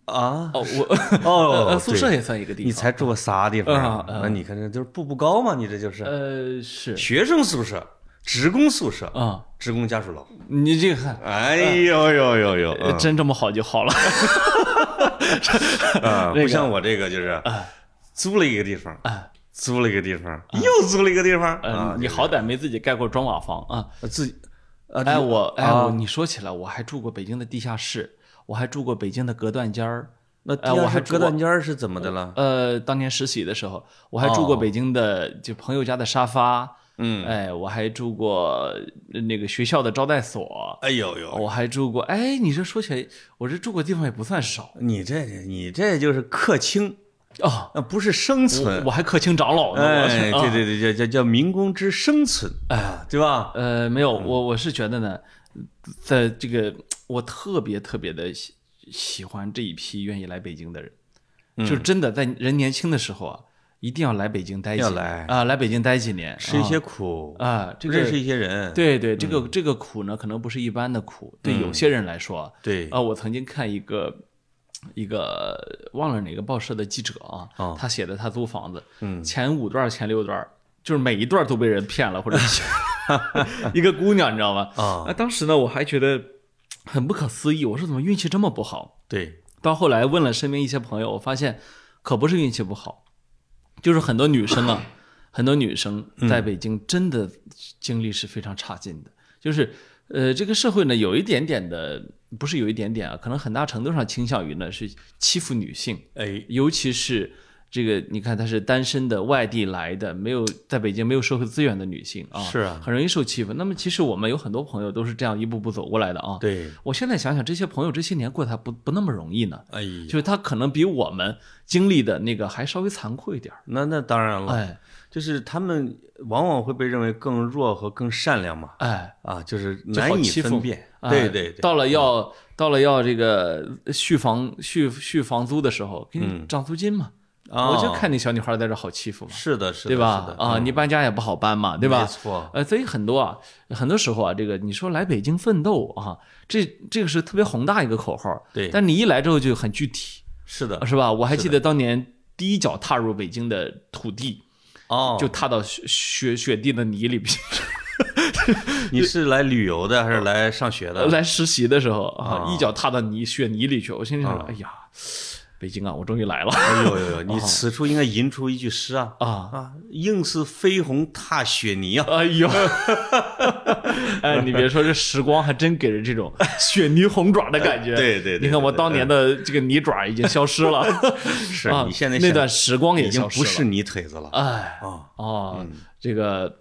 [SPEAKER 2] 啊
[SPEAKER 1] 哦，我
[SPEAKER 2] 哦
[SPEAKER 1] <laughs> 呃，宿舍
[SPEAKER 2] 对
[SPEAKER 1] 也算一个地方。
[SPEAKER 2] 你才住过仨地方啊？
[SPEAKER 1] 嗯嗯
[SPEAKER 2] 那你看这就是步步高嘛，你这就是
[SPEAKER 1] 呃是
[SPEAKER 2] 学生宿舍、职工宿舍、
[SPEAKER 1] 啊，
[SPEAKER 2] 职工家属楼。
[SPEAKER 1] 你这个看，
[SPEAKER 2] 哎呦呦呦呦！
[SPEAKER 1] 呃
[SPEAKER 2] 嗯
[SPEAKER 1] 真这么好就好了。
[SPEAKER 2] <laughs> 啊，
[SPEAKER 1] 那
[SPEAKER 2] 不
[SPEAKER 1] 个
[SPEAKER 2] 像我这个就是
[SPEAKER 1] 啊
[SPEAKER 2] 租了一个地方
[SPEAKER 1] 啊，
[SPEAKER 2] 租了一个地方，又租了一个地方
[SPEAKER 1] 呃
[SPEAKER 2] 啊，，
[SPEAKER 1] 你好歹没自己盖过砖瓦房啊。
[SPEAKER 2] 呃自己啊，
[SPEAKER 1] 哎，我哎
[SPEAKER 2] 啊
[SPEAKER 1] 我，你说起来，我还住过北京的地下室，我还住过北京的隔断间儿。
[SPEAKER 2] 那
[SPEAKER 1] 哎
[SPEAKER 2] 地
[SPEAKER 1] 我
[SPEAKER 2] 下
[SPEAKER 1] 还
[SPEAKER 2] 室
[SPEAKER 1] 住
[SPEAKER 2] 隔断间儿是怎么的了？
[SPEAKER 1] 呃，当年实习的时候，我还住过北京的就朋友家的沙发。
[SPEAKER 2] 哦嗯，
[SPEAKER 1] 哎，我还住过呃那个学校的招待所，
[SPEAKER 2] 哎呦呦，
[SPEAKER 1] 我还住过。哎，你这说起来，我这住过地方也不算少
[SPEAKER 2] 你这你这就是客清，
[SPEAKER 1] 啊。
[SPEAKER 2] 那不是生存
[SPEAKER 1] 我。还客卿长老呢，我
[SPEAKER 2] 哦哎，
[SPEAKER 1] 啊
[SPEAKER 2] 对对对，叫叫叫民工之生存，哎，对吧？
[SPEAKER 1] 呃，没有，
[SPEAKER 2] 嗯
[SPEAKER 1] 我我是觉得呢，在这个我特别特别的喜喜欢这一批愿意来北京的人，
[SPEAKER 2] 嗯
[SPEAKER 1] 就是真的在人年轻的时候啊，一定要来北京待几
[SPEAKER 2] 要
[SPEAKER 1] 年
[SPEAKER 2] 来
[SPEAKER 1] 啊、来北京待几年，
[SPEAKER 2] 吃一些苦，
[SPEAKER 1] 啊、啊这
[SPEAKER 2] 认识
[SPEAKER 1] 个。
[SPEAKER 2] 一些嗯人，
[SPEAKER 1] 对对，这个、这个苦呢，可能不是一般的苦，对有些人来说啊，
[SPEAKER 2] 嗯对
[SPEAKER 1] 啊，我曾经看一个一个忘了哪个报社的记者啊，
[SPEAKER 2] 哦
[SPEAKER 1] 他写的他租房子，
[SPEAKER 2] 嗯
[SPEAKER 1] 前五段儿前六段儿，就是每一段儿都被人骗了，或者是 <laughs> 一个姑娘，你知道吗？
[SPEAKER 2] 啊，
[SPEAKER 1] 啊，当时呢，我还觉得很不可思议，我说怎么运气这么不好？
[SPEAKER 2] 对，
[SPEAKER 1] 到后来问了身边一些朋友，我发现可不是运气不好，就是很多女生啊， <clears throat> 很多女生在北京真的经历是非常差劲的，就是呃，这个社会呢有一点点的，不是有一点点啊，可能很大程度上倾向于呢是欺负女性，
[SPEAKER 2] 哎，
[SPEAKER 1] 尤其是这个你看她是单身的外地来的，没有在北京没有社会资源的女性啊，
[SPEAKER 2] 是啊
[SPEAKER 1] 很容易受欺负。那么其实我们有很多朋友都是这样一步步走过来的啊。
[SPEAKER 2] 对，
[SPEAKER 1] 我现在想想，这些朋友这些年过得还不不那么容易呢，
[SPEAKER 2] 哎呀，
[SPEAKER 1] 就是他可能比我们经历的那个还稍微残酷一点儿。
[SPEAKER 2] 那那当然了，
[SPEAKER 1] 哎
[SPEAKER 2] 就是他们往往会被认为更弱和更善良嘛，
[SPEAKER 1] 哎，
[SPEAKER 2] 啊，就是
[SPEAKER 1] 就好
[SPEAKER 2] 难以
[SPEAKER 1] 欺负
[SPEAKER 2] 分辨，
[SPEAKER 1] 哎
[SPEAKER 2] 对对嗯对，
[SPEAKER 1] 到了要到了要这个续房续续房租的时候，给你
[SPEAKER 2] 嗯
[SPEAKER 1] 涨租金嘛。
[SPEAKER 2] 啊
[SPEAKER 1] 我就看那小女孩在这好欺负嘛，
[SPEAKER 2] 是的，是的，
[SPEAKER 1] 对
[SPEAKER 2] 是
[SPEAKER 1] 吧
[SPEAKER 2] 的？
[SPEAKER 1] 啊，
[SPEAKER 2] 嗯
[SPEAKER 1] 你搬家也不好搬嘛，对吧
[SPEAKER 2] 没？错，
[SPEAKER 1] 呃，所以很多啊，很多时候啊，这个你说来北京奋斗啊，这这个是特别宏大一个口号，
[SPEAKER 2] 对
[SPEAKER 1] 但呃你一来之后就很具体，
[SPEAKER 2] 是的，
[SPEAKER 1] 是吧？我还记得当年第一脚踏入北京的土地，
[SPEAKER 2] 哦，
[SPEAKER 1] 就踏到雪雪雪地的泥里边，
[SPEAKER 2] 你是来旅游的还是来上学的？
[SPEAKER 1] 呃 <laughs> 来实习的时候啊，
[SPEAKER 2] 啊
[SPEAKER 1] 一脚踏到泥雪泥里去，我心里想，
[SPEAKER 2] 啊
[SPEAKER 1] 哎呀，北京啊，我终于来了 <laughs>
[SPEAKER 2] 哎呦呦呦，你此处应该吟出一句诗啊
[SPEAKER 1] 啊！
[SPEAKER 2] 啊，应是飞鸿踏雪泥啊！
[SPEAKER 1] 哎
[SPEAKER 2] <laughs>
[SPEAKER 1] 呦，哎，你别说，这时光还真给人这种雪泥红爪的感觉。
[SPEAKER 2] <laughs> 对对对
[SPEAKER 1] 你看我
[SPEAKER 2] 对
[SPEAKER 1] 当年的这个泥爪已经消失了， <laughs>
[SPEAKER 2] 是
[SPEAKER 1] 啊
[SPEAKER 2] 你现在
[SPEAKER 1] 那
[SPEAKER 2] 想
[SPEAKER 1] 段时光也
[SPEAKER 2] 已经
[SPEAKER 1] 消失
[SPEAKER 2] 不
[SPEAKER 1] 了。
[SPEAKER 2] 是泥腿子了
[SPEAKER 1] 哎，
[SPEAKER 2] 啊！
[SPEAKER 1] 哦，这个，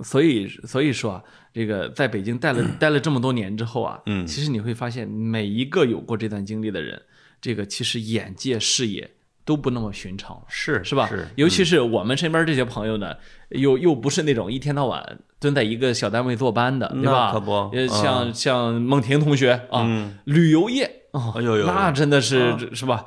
[SPEAKER 1] 所以所以说啊，这个在北京待
[SPEAKER 2] <clears throat>
[SPEAKER 1] 了待了这么多年之后啊，
[SPEAKER 2] 嗯
[SPEAKER 1] 其实你会发现，每一个有过这段经历的人，这个其实眼界、视野都不那么寻常了。
[SPEAKER 2] 是
[SPEAKER 1] 是吧？
[SPEAKER 2] 是嗯
[SPEAKER 1] 尤其是我们身边这些朋友呢，又又不是那种一天到晚蹲在一个小单位坐班的，对
[SPEAKER 2] 那
[SPEAKER 1] 吧？
[SPEAKER 2] 可不
[SPEAKER 1] 呃，
[SPEAKER 2] 嗯
[SPEAKER 1] 像像孟婷同学啊，旅游业啊，
[SPEAKER 2] 哎呦呦嗯
[SPEAKER 1] 那真的是、是吧？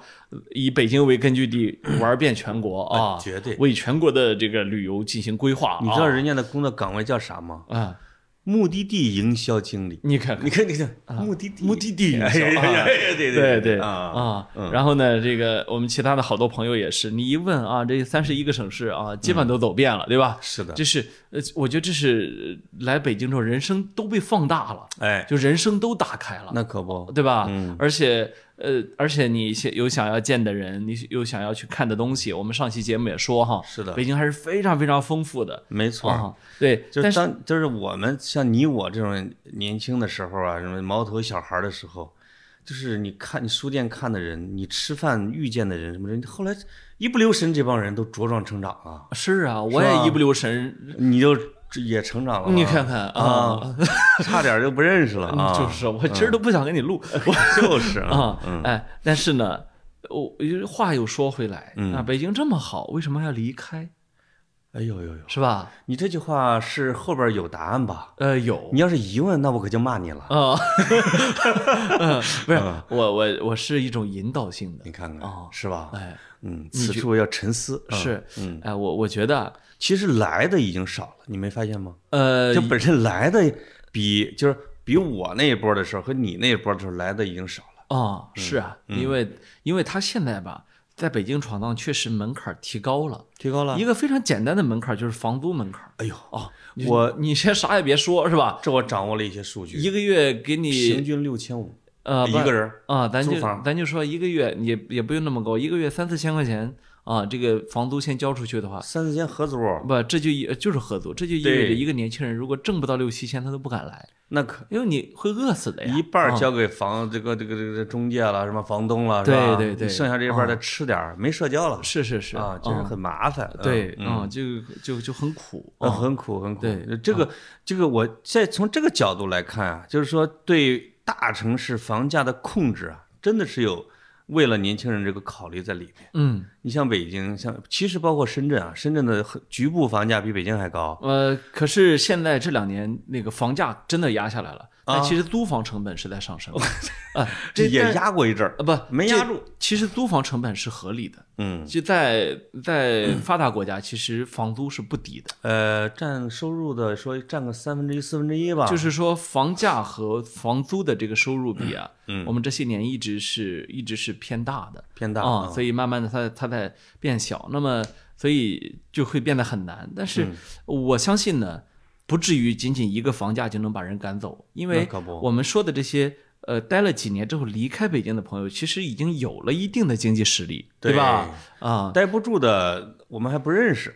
[SPEAKER 1] 以北京为根据地玩遍全国啊，
[SPEAKER 2] 哎绝对
[SPEAKER 1] 为全国的这个旅游进行规划啊。
[SPEAKER 2] 你知道人家的工作岗位叫啥吗？
[SPEAKER 1] 啊？
[SPEAKER 2] 目的地营销经理。
[SPEAKER 1] 你看看
[SPEAKER 2] 你看，你看，
[SPEAKER 1] 啊
[SPEAKER 2] 目的地，目的地营销，
[SPEAKER 1] 哎呀
[SPEAKER 2] 哎呀对对
[SPEAKER 1] 对
[SPEAKER 2] 啊，
[SPEAKER 1] 啊，然后呢，这个我们其他的好多朋友也是，你一问啊，这三十一个省市啊，基本都走遍了，对吧？
[SPEAKER 2] 是的
[SPEAKER 1] 这是呃，我觉得这是呃来北京之后，人生都被放大了，
[SPEAKER 2] 哎，
[SPEAKER 1] 就人生都打开了，
[SPEAKER 2] 那嗯可不，
[SPEAKER 1] 对吧？而且呃，而且你想有想要见的人，你有想要去看的东西，我们上期节目也说哈，
[SPEAKER 2] 是的
[SPEAKER 1] 北京还是非常非常丰富的
[SPEAKER 2] 没错，
[SPEAKER 1] 啊，对，
[SPEAKER 2] 就
[SPEAKER 1] 但是
[SPEAKER 2] 当就是我们像你我这种年轻的时候啊，什么毛头小孩的时候，就是你看你书店看的人，你吃饭遇见的人什么人，后来一不留神，这帮人都茁壮成长啊，
[SPEAKER 1] 是啊，我也一不留神，
[SPEAKER 2] 你就也成长了啊，
[SPEAKER 1] 你看看啊，嗯
[SPEAKER 2] 啊，差点就不认识了啊，
[SPEAKER 1] 就是我今儿都不想跟你录，
[SPEAKER 2] <laughs> 就是啊，
[SPEAKER 1] 啊，哎，但是呢，我话又说回来，
[SPEAKER 2] 嗯
[SPEAKER 1] 啊，北京这么好，为什么要离开？
[SPEAKER 2] 哎呦呦呦，
[SPEAKER 1] 是吧？
[SPEAKER 2] 你这句话是后边有答案吧？
[SPEAKER 1] 呃，有
[SPEAKER 2] 你要是疑问，那我可就骂你了。 <laughs>
[SPEAKER 1] 啊，呃不是
[SPEAKER 2] 嗯
[SPEAKER 1] 我我我是一种引导性的
[SPEAKER 2] 你，看
[SPEAKER 1] 哦
[SPEAKER 2] 看，是吧？
[SPEAKER 1] 哎，
[SPEAKER 2] 嗯，此处要沉思。嗯，
[SPEAKER 1] 是，哎，我我觉得，
[SPEAKER 2] 其实来的已经少了，你没发现吗？
[SPEAKER 1] 呃
[SPEAKER 2] 就，本身来的比就是比我那一波的时候和你那一波的时候来的已经少了。
[SPEAKER 1] 啊，是啊，
[SPEAKER 2] 嗯
[SPEAKER 1] 因为因为他现在吧，在北京闯荡确实门槛提高了，
[SPEAKER 2] 提高
[SPEAKER 1] 一个非常简单的门槛就是房租门槛。
[SPEAKER 2] 哎呦，
[SPEAKER 1] 哦，
[SPEAKER 2] 我
[SPEAKER 1] 你先啥也别说，是吧？
[SPEAKER 2] 这我掌握了一些数据，
[SPEAKER 1] 一个月给
[SPEAKER 2] 平
[SPEAKER 1] 你
[SPEAKER 2] 均六千五
[SPEAKER 1] 呃
[SPEAKER 2] 一
[SPEAKER 1] 不
[SPEAKER 2] 个人。
[SPEAKER 1] 啊，咱
[SPEAKER 2] 租
[SPEAKER 1] 就
[SPEAKER 2] 房
[SPEAKER 1] 咱就说一个月也也不用那么高，一个月三四千块钱啊，这个房租先交出去的话，
[SPEAKER 2] 三四千合租，
[SPEAKER 1] 不，这就意呃就是合租，这就意味着
[SPEAKER 2] 对
[SPEAKER 1] 一个年轻人如果挣不到六七千，他都不敢来，
[SPEAKER 2] 那可
[SPEAKER 1] 因为你会饿死的呀。
[SPEAKER 2] 一半儿
[SPEAKER 1] 啊
[SPEAKER 2] 交给房这个这个这个中介了，什么房东了，是吧
[SPEAKER 1] 对对对
[SPEAKER 2] 剩下这一半儿再吃点儿，没社交了
[SPEAKER 1] 是是是哦
[SPEAKER 2] 啊，真是很麻烦。嗯
[SPEAKER 1] 对，
[SPEAKER 2] 嗯
[SPEAKER 1] 啊，就就就很苦
[SPEAKER 2] 呃，
[SPEAKER 1] 啊
[SPEAKER 2] 很苦很苦。
[SPEAKER 1] 对，嗯
[SPEAKER 2] 这个这个，我再从这个角度来看啊，就是说对大城市房价的控制啊，真的是有为了年轻人这个考虑在里面。
[SPEAKER 1] 嗯，
[SPEAKER 2] 你像北京，像其实包括深圳啊，深圳的很局部房价比北京还高。
[SPEAKER 1] 呃，可是现在这两年那个房价真的压下来了，但
[SPEAKER 2] 啊
[SPEAKER 1] 其实租房成本是在上升的啊，这
[SPEAKER 2] 也
[SPEAKER 1] 但
[SPEAKER 2] 压过一阵儿
[SPEAKER 1] 啊，不
[SPEAKER 2] 没压。
[SPEAKER 1] 这
[SPEAKER 2] 住
[SPEAKER 1] 其实租房成本是合理的，
[SPEAKER 2] 嗯，
[SPEAKER 1] 就在在发达国家，其实房租是不低的，
[SPEAKER 2] 呃，占收入的说占个三分之一、四分之一吧，
[SPEAKER 1] 就是说房价和房租的这个收入比啊，
[SPEAKER 2] 嗯
[SPEAKER 1] 我们这些年一直是一直是偏大的
[SPEAKER 2] 偏大嗯
[SPEAKER 1] 啊，所
[SPEAKER 2] 以
[SPEAKER 1] 以慢慢的它它在变小，那么所以就会变得很难。但
[SPEAKER 2] 嗯
[SPEAKER 1] 是我相信呢，不至于仅仅一个房价就能把人赶走，因为
[SPEAKER 2] 那可不
[SPEAKER 1] 我们说的这些。呃，待了几年之后离开北京的朋友，其实已经有了一定的经济实力，对吧？啊、
[SPEAKER 2] 待不住的我们还不认识。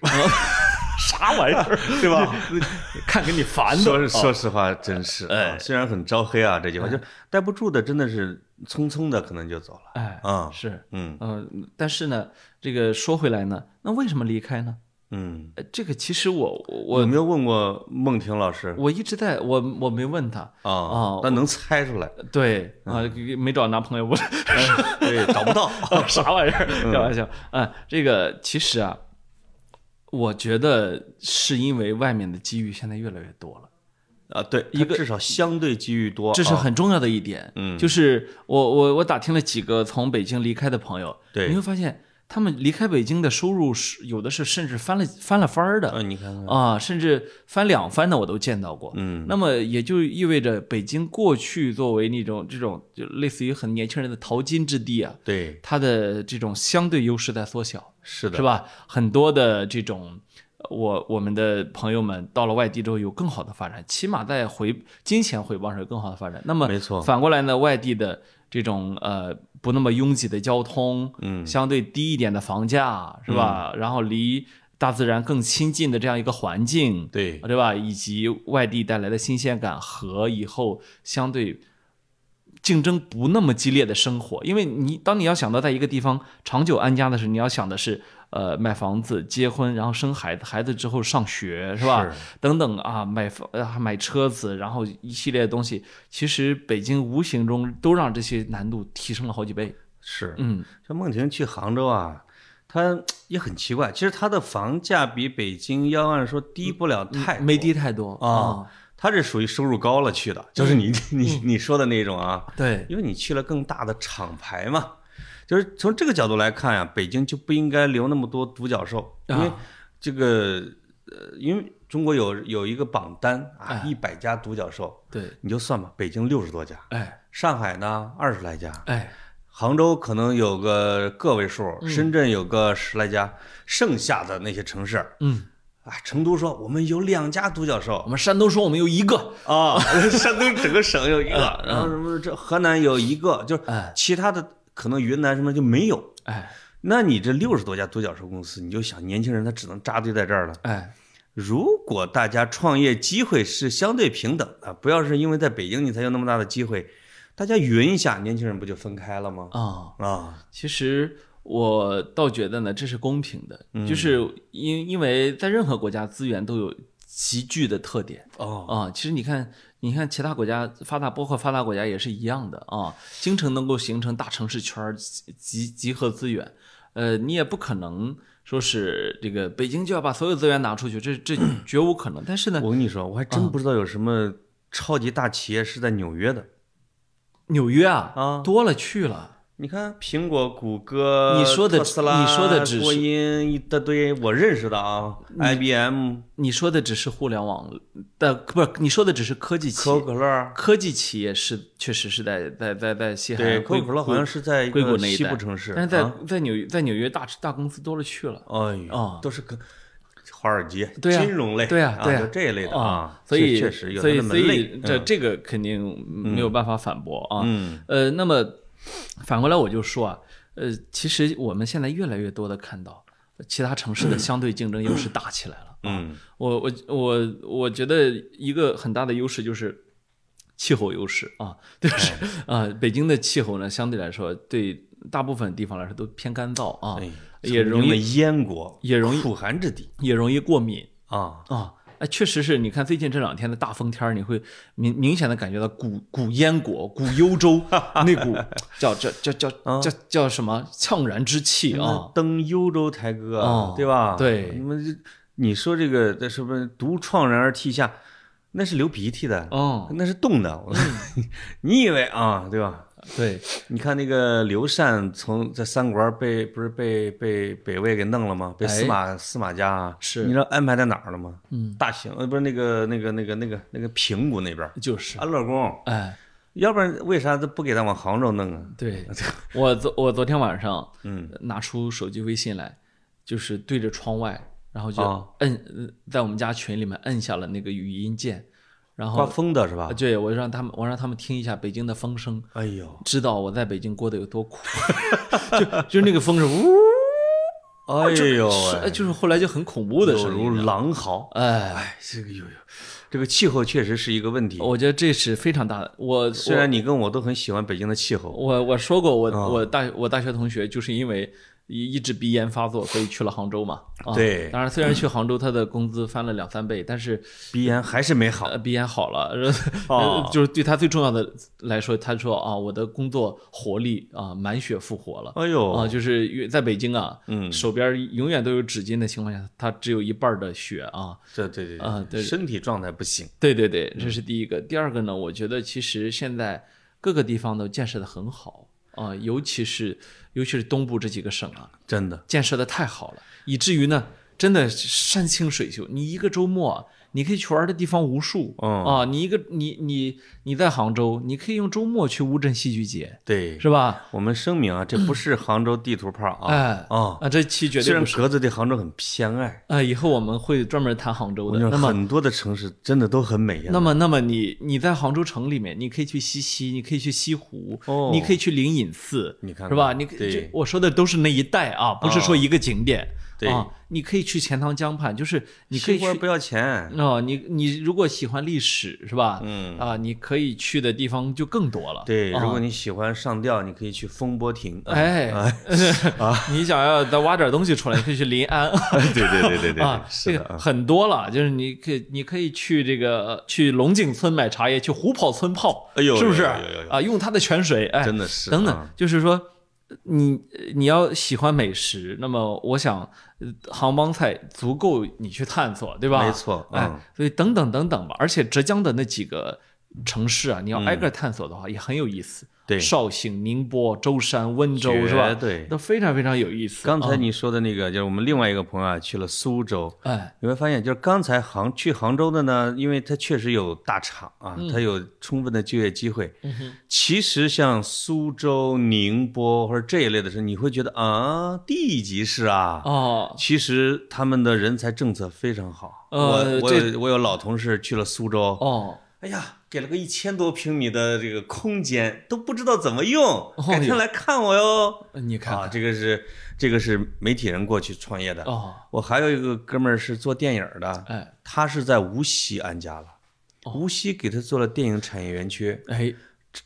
[SPEAKER 1] 啥玩意儿，对吧？ <laughs> 看给你烦的。
[SPEAKER 2] 说是
[SPEAKER 1] 啊
[SPEAKER 2] 说实话，真是，
[SPEAKER 1] 哎
[SPEAKER 2] 啊虽然很招黑啊，这句话就待不住的，真的是匆匆的可能就走了
[SPEAKER 1] 哎，
[SPEAKER 2] 啊。
[SPEAKER 1] 是，
[SPEAKER 2] 嗯
[SPEAKER 1] 呃，但是呢，这个说回来呢，那为什么离开呢？
[SPEAKER 2] 嗯，
[SPEAKER 1] 呃这个其实我我
[SPEAKER 2] 有没有问过孟婷老师
[SPEAKER 1] 我一直在我我没问他，
[SPEAKER 2] 啊
[SPEAKER 1] 啊？
[SPEAKER 2] 但能猜出来，
[SPEAKER 1] 对啊，没找男朋友，不是 <laughs>
[SPEAKER 2] 对，找不到。
[SPEAKER 1] 啥玩意儿，开玩笑啊。这个其实啊，我觉得是因为外面的机遇现在越来越多了。
[SPEAKER 2] <laughs> 啊，对，一个至少相对机遇多，
[SPEAKER 1] 这是
[SPEAKER 2] 啊
[SPEAKER 1] 很重要的一点。
[SPEAKER 2] 嗯
[SPEAKER 1] 就是我我我打听了几个从北京离开的朋友，
[SPEAKER 2] 对
[SPEAKER 1] 你会发现他们离开北京的收入是有的是甚至翻了翻了番儿的、
[SPEAKER 2] 呃，你看看，
[SPEAKER 1] 啊，甚至翻两番的我都见到过。
[SPEAKER 2] 嗯，
[SPEAKER 1] 那么也就意味着北京过去作为那种这种就类似于很年轻人的淘金之地啊，
[SPEAKER 2] 对，
[SPEAKER 1] 它的这种相对优势在缩小。
[SPEAKER 2] 是的，
[SPEAKER 1] 是吧？很多的这种，呃我我们的朋友们到了外地之后有更好的发展，起码在回金钱回报上有更好的发展。那么
[SPEAKER 2] 没错
[SPEAKER 1] 反过来呢，外地的这种呃不那么拥挤的交通，
[SPEAKER 2] 嗯
[SPEAKER 1] 相对低一点的房价，是吧？然后离大自然更亲近的这样一个环境，
[SPEAKER 2] 对，
[SPEAKER 1] 对吧？以及外地带来的新鲜感和以后相对竞争不那么激烈的生活，因为你当你要想到在一个地方长久安家的时候，你要想的是。呃，买房子、结婚，然后生孩子，孩子之后上学，是吧？
[SPEAKER 2] 是
[SPEAKER 1] 等等啊，买房、啊、买车子，然后一系列的东西，其实北京无形中都让这些难度提升了好几倍。
[SPEAKER 2] 是，
[SPEAKER 1] 嗯，
[SPEAKER 2] 像孟婷去杭州啊，她也很奇怪，其实她的房价比北京要按说低不了太
[SPEAKER 1] 没
[SPEAKER 2] 多
[SPEAKER 1] 低太多
[SPEAKER 2] 啊，她这属于收入高了去
[SPEAKER 1] 嗯
[SPEAKER 2] 的，就是你 <laughs> 你你说的那种啊，
[SPEAKER 1] 对，
[SPEAKER 2] 因为你去了更大的厂牌嘛，就是从这个角度来看呀、北京就不应该留那么多独角兽，因为
[SPEAKER 1] 啊
[SPEAKER 2] 这个呃，因为中国有有一个榜单啊，
[SPEAKER 1] 哎
[SPEAKER 2] 一百家独角兽，
[SPEAKER 1] 对，
[SPEAKER 2] 你就算吧，北京六十多家，
[SPEAKER 1] 哎，
[SPEAKER 2] 上海呢二十来家，
[SPEAKER 1] 哎，
[SPEAKER 2] 杭州可能有个个位数，
[SPEAKER 1] 嗯
[SPEAKER 2] 深圳有个十来家，剩下的那些城市
[SPEAKER 1] 嗯，
[SPEAKER 2] 啊，成都说我们有两家独角兽
[SPEAKER 1] 我们山东说我们有一个，
[SPEAKER 2] <laughs> 啊，嗯山东整个省有一个，然后什么这河南有一个，就是
[SPEAKER 1] 哎
[SPEAKER 2] 其他的可能云南什么就没有。
[SPEAKER 1] 哎
[SPEAKER 2] 那你这六十多家独角兽公司，你就想年轻人他只能扎堆在这儿了。
[SPEAKER 1] 哎，
[SPEAKER 2] 如果大家创业机会是相对平等的，不要是因为在北京你才有那么大的机会，大家匀一下，年轻人不就分开了吗？
[SPEAKER 1] 啊、
[SPEAKER 2] 啊，
[SPEAKER 1] 其实我倒觉得呢，这是公平的，就是因因为在任何国家资源都有集聚的特点
[SPEAKER 2] 哦，
[SPEAKER 1] 啊、其实你看，你看其他国家发达，包括发达国家也是一样的啊、京城能够形成大城市圈儿集集集合资源，呃，你也不可能。说是这个北京就要把所有资源拿出去，这这绝无可能。但是呢，
[SPEAKER 2] 我跟你说，我还真不知道有什么超级大企业是在纽约的。
[SPEAKER 1] 纽约啊，
[SPEAKER 2] 啊
[SPEAKER 1] 多了去了，
[SPEAKER 2] 你看，苹果、谷歌、
[SPEAKER 1] 你说的
[SPEAKER 2] 特斯拉、
[SPEAKER 1] 你说的只是
[SPEAKER 2] 波音一大堆，我认识的啊，IBM、
[SPEAKER 1] 你说的只是互联网的，不是你说的只是科技企
[SPEAKER 2] 可口
[SPEAKER 1] 业，
[SPEAKER 2] 可乐，
[SPEAKER 1] 科技企业是确实是在在在在西海
[SPEAKER 2] 对，
[SPEAKER 1] 岸
[SPEAKER 2] 可
[SPEAKER 1] 硅
[SPEAKER 2] 口可乐好像是在一
[SPEAKER 1] 硅
[SPEAKER 2] 个
[SPEAKER 1] 谷那一
[SPEAKER 2] 西
[SPEAKER 1] 带
[SPEAKER 2] 部城市，
[SPEAKER 1] 但是在、
[SPEAKER 2] 啊
[SPEAKER 1] 在纽在纽约大大公司多了去了
[SPEAKER 2] 哎呦
[SPEAKER 1] 啊，
[SPEAKER 2] 都是个华尔街、
[SPEAKER 1] 对啊
[SPEAKER 2] 金融类，
[SPEAKER 1] 对啊对啊
[SPEAKER 2] 就这一类的啊，
[SPEAKER 1] 所以
[SPEAKER 2] 确确实有
[SPEAKER 1] 所
[SPEAKER 2] 它
[SPEAKER 1] 以
[SPEAKER 2] 那么
[SPEAKER 1] 所以
[SPEAKER 2] 累，
[SPEAKER 1] 这
[SPEAKER 2] 嗯
[SPEAKER 1] 这个肯定没有办法反驳啊。
[SPEAKER 2] 嗯
[SPEAKER 1] 呃，那么反过来我就说啊，呃，其实我们现在越来越多的看到其他城市的相对竞争优势大起来了。
[SPEAKER 2] 嗯
[SPEAKER 1] 我我我我觉得一个很大的优势就是气候优势啊，就是 <laughs> 啊，北京的气候呢，相对来说对大部分地方来说都偏干燥啊，
[SPEAKER 2] 哎，
[SPEAKER 1] 也
[SPEAKER 2] 曾
[SPEAKER 1] 容
[SPEAKER 2] 经的
[SPEAKER 1] 易
[SPEAKER 2] 燕国
[SPEAKER 1] 也容易
[SPEAKER 2] 苦寒之地
[SPEAKER 1] 也容易过敏
[SPEAKER 2] 啊，
[SPEAKER 1] 啊。哎，确实是你看最近这两天的大风天儿，你会明明显的感觉到古古燕国、古幽州那股叫叫叫叫叫叫什么怅然之气
[SPEAKER 2] 啊
[SPEAKER 1] 啊，，
[SPEAKER 2] 登幽州台歌，
[SPEAKER 1] 哦
[SPEAKER 2] 对吧？
[SPEAKER 1] 对
[SPEAKER 2] 你们这你说这个这是不是独怆然而涕下？那是流鼻涕的，
[SPEAKER 1] 嗯，
[SPEAKER 2] 那是冻的。我 <laughs> 你以为啊，对吧？
[SPEAKER 1] 对，
[SPEAKER 2] 你看那个刘禅从在三国被不是被被北魏给弄了吗？被
[SPEAKER 1] 哎
[SPEAKER 2] 司马、司马家啊，
[SPEAKER 1] 是
[SPEAKER 2] 你知道安排在哪儿了吗？
[SPEAKER 1] 嗯，
[SPEAKER 2] 大兴呃不是那个那个那个那个那个平谷那边儿
[SPEAKER 1] 就是，
[SPEAKER 2] 安乐宫，
[SPEAKER 1] 哎，
[SPEAKER 2] 要不然为啥他不给他往杭州弄啊？
[SPEAKER 1] 对我昨我昨天晚上
[SPEAKER 2] 嗯
[SPEAKER 1] 拿出手机微信来，就是对着窗外，然后就
[SPEAKER 2] 啊
[SPEAKER 1] 摁、呃在我们家群里面摁下了那个语音键，然
[SPEAKER 2] 刮
[SPEAKER 1] 后啊
[SPEAKER 2] 风的是吧？
[SPEAKER 1] 对我让他们我让他们听一下北京的风声，
[SPEAKER 2] 哎呦，
[SPEAKER 1] <laughs> 啊知道我在北京过得有多苦，就就那个风是呜
[SPEAKER 2] 哎呦
[SPEAKER 1] 是
[SPEAKER 2] 喂，
[SPEAKER 1] 就是后来就很恐怖的
[SPEAKER 2] 有
[SPEAKER 1] 声
[SPEAKER 2] 如
[SPEAKER 1] 音了。
[SPEAKER 2] 狼嚎。
[SPEAKER 1] 哎，
[SPEAKER 2] 哎，这个有有，这个气候确实是一个问题。
[SPEAKER 1] 我觉得这是非常大的。我
[SPEAKER 2] 虽然你跟我都很喜欢北京的气候，
[SPEAKER 1] 我我说过，我、
[SPEAKER 2] 啊
[SPEAKER 1] 我大我大学同学就是因为一一直鼻炎发作，所以去了杭州嘛。啊、
[SPEAKER 2] 对
[SPEAKER 1] 当然虽然去杭州，他的工资翻了两三倍，但是
[SPEAKER 2] 鼻炎还是没好
[SPEAKER 1] 呃，。鼻炎好了，呃
[SPEAKER 2] 哦
[SPEAKER 1] <laughs> 就是对他最重要的来说，他说啊，我的工作活力啊满血复活了。
[SPEAKER 2] 哎
[SPEAKER 1] 啊，
[SPEAKER 2] 呦，
[SPEAKER 1] 就是越在北京啊，
[SPEAKER 2] 嗯
[SPEAKER 1] 手边永远都有纸巾的情况下，他只有一半儿的血啊。
[SPEAKER 2] 这对对
[SPEAKER 1] 啊对
[SPEAKER 2] 身体状态不行。
[SPEAKER 1] 对对对，
[SPEAKER 2] 嗯
[SPEAKER 1] 这是第一个。第二个呢，我觉得其实现在各个地方都建设的很好啊、尤其是尤其是东部这几个省啊，
[SPEAKER 2] 真的，
[SPEAKER 1] 建设的太好了，以至于呢，真的山清水秀。你一个周末啊，你可以去玩的地方无数、
[SPEAKER 2] 嗯
[SPEAKER 1] 啊！你一个你你你在杭州，你可以用周末去乌镇戏剧节，
[SPEAKER 2] 对，
[SPEAKER 1] 是吧？
[SPEAKER 2] 我们声明啊，这不是杭州地图炮啊
[SPEAKER 1] 哎
[SPEAKER 2] 啊！
[SPEAKER 1] 啊，这期绝
[SPEAKER 2] 虽
[SPEAKER 1] 对
[SPEAKER 2] 然
[SPEAKER 1] 不是
[SPEAKER 2] 格子对杭州很偏爱，
[SPEAKER 1] 啊、以后我们会专门谈杭州
[SPEAKER 2] 我
[SPEAKER 1] 的。
[SPEAKER 2] 跟你
[SPEAKER 1] 那
[SPEAKER 2] 说，
[SPEAKER 1] 么
[SPEAKER 2] 很多的城市真的都很美呀。
[SPEAKER 1] 那么，那么你你在杭州城里面，你可以去西溪，你可以去西湖，
[SPEAKER 2] 哦
[SPEAKER 1] 你可以去灵隐寺，
[SPEAKER 2] 你看看
[SPEAKER 1] 是吧？你可
[SPEAKER 2] 对
[SPEAKER 1] 这我说的都是那一带啊，不是说一个景点、
[SPEAKER 2] 对
[SPEAKER 1] 啊。你可以去钱塘江畔，就是你可以
[SPEAKER 2] 西
[SPEAKER 1] 去
[SPEAKER 2] 瓜不要钱，
[SPEAKER 1] 哦，你你如果喜欢历史是吧？
[SPEAKER 2] 嗯
[SPEAKER 1] 啊，你可以去的地方就更多了。
[SPEAKER 2] 对，
[SPEAKER 1] 啊
[SPEAKER 2] 如果你喜欢上吊，你可以去风波亭。嗯啊
[SPEAKER 1] 哎， <laughs> 你想要再挖点东西出来，你可以去临安。
[SPEAKER 2] 对对对对
[SPEAKER 1] 哎 <laughs> 啊，这个很多了，就是你可以你可以去这个去龙井村买茶叶，去虎跑村泡，
[SPEAKER 2] 哎呦
[SPEAKER 1] 是不是
[SPEAKER 2] 有有有有有
[SPEAKER 1] 啊？用它的泉水，哎，
[SPEAKER 2] 真的是
[SPEAKER 1] 等等
[SPEAKER 2] 啊，
[SPEAKER 1] 就是说你你要喜欢美食，那么我想呃杭帮菜足够你去探索，对吧？
[SPEAKER 2] 没错嗯
[SPEAKER 1] 哎，所以等等等等吧，而且浙江的那几个城市啊，你要挨个探索的话，也很有意思。
[SPEAKER 2] 嗯对
[SPEAKER 1] 绍兴、宁波、舟山、温州
[SPEAKER 2] 绝
[SPEAKER 1] 是吧？
[SPEAKER 2] 对
[SPEAKER 1] 都非常非常有意思。
[SPEAKER 2] 刚才
[SPEAKER 1] 啊
[SPEAKER 2] 你说的那个，就是我们另外一个朋友啊，去了苏州，
[SPEAKER 1] 哎，
[SPEAKER 2] 你会发现，就是刚才杭去杭州的呢，因为它确实有大厂啊，
[SPEAKER 1] 嗯
[SPEAKER 2] 它有充分的就业机会。其实像苏州、宁波或者这一类的时候，你会觉得啊，地级市啊。
[SPEAKER 1] 哦，
[SPEAKER 2] 其实他们的人才政策非常好，
[SPEAKER 1] 呃
[SPEAKER 2] 我我
[SPEAKER 1] 这
[SPEAKER 2] 有我有老同事去了苏州，
[SPEAKER 1] 哦，
[SPEAKER 2] 哎呀，给了个一千多平米的这个空间，都不知道怎么用，
[SPEAKER 1] 哦
[SPEAKER 2] 改天来看我哟。
[SPEAKER 1] 你看
[SPEAKER 2] 啊，
[SPEAKER 1] 看
[SPEAKER 2] 这个是这个是媒体人过去创业的。
[SPEAKER 1] 哦，
[SPEAKER 2] 我还有一个哥们儿是做电影的，
[SPEAKER 1] 哎
[SPEAKER 2] 他是在无锡安家了。无锡给他做了电影产业园区，
[SPEAKER 1] 哎，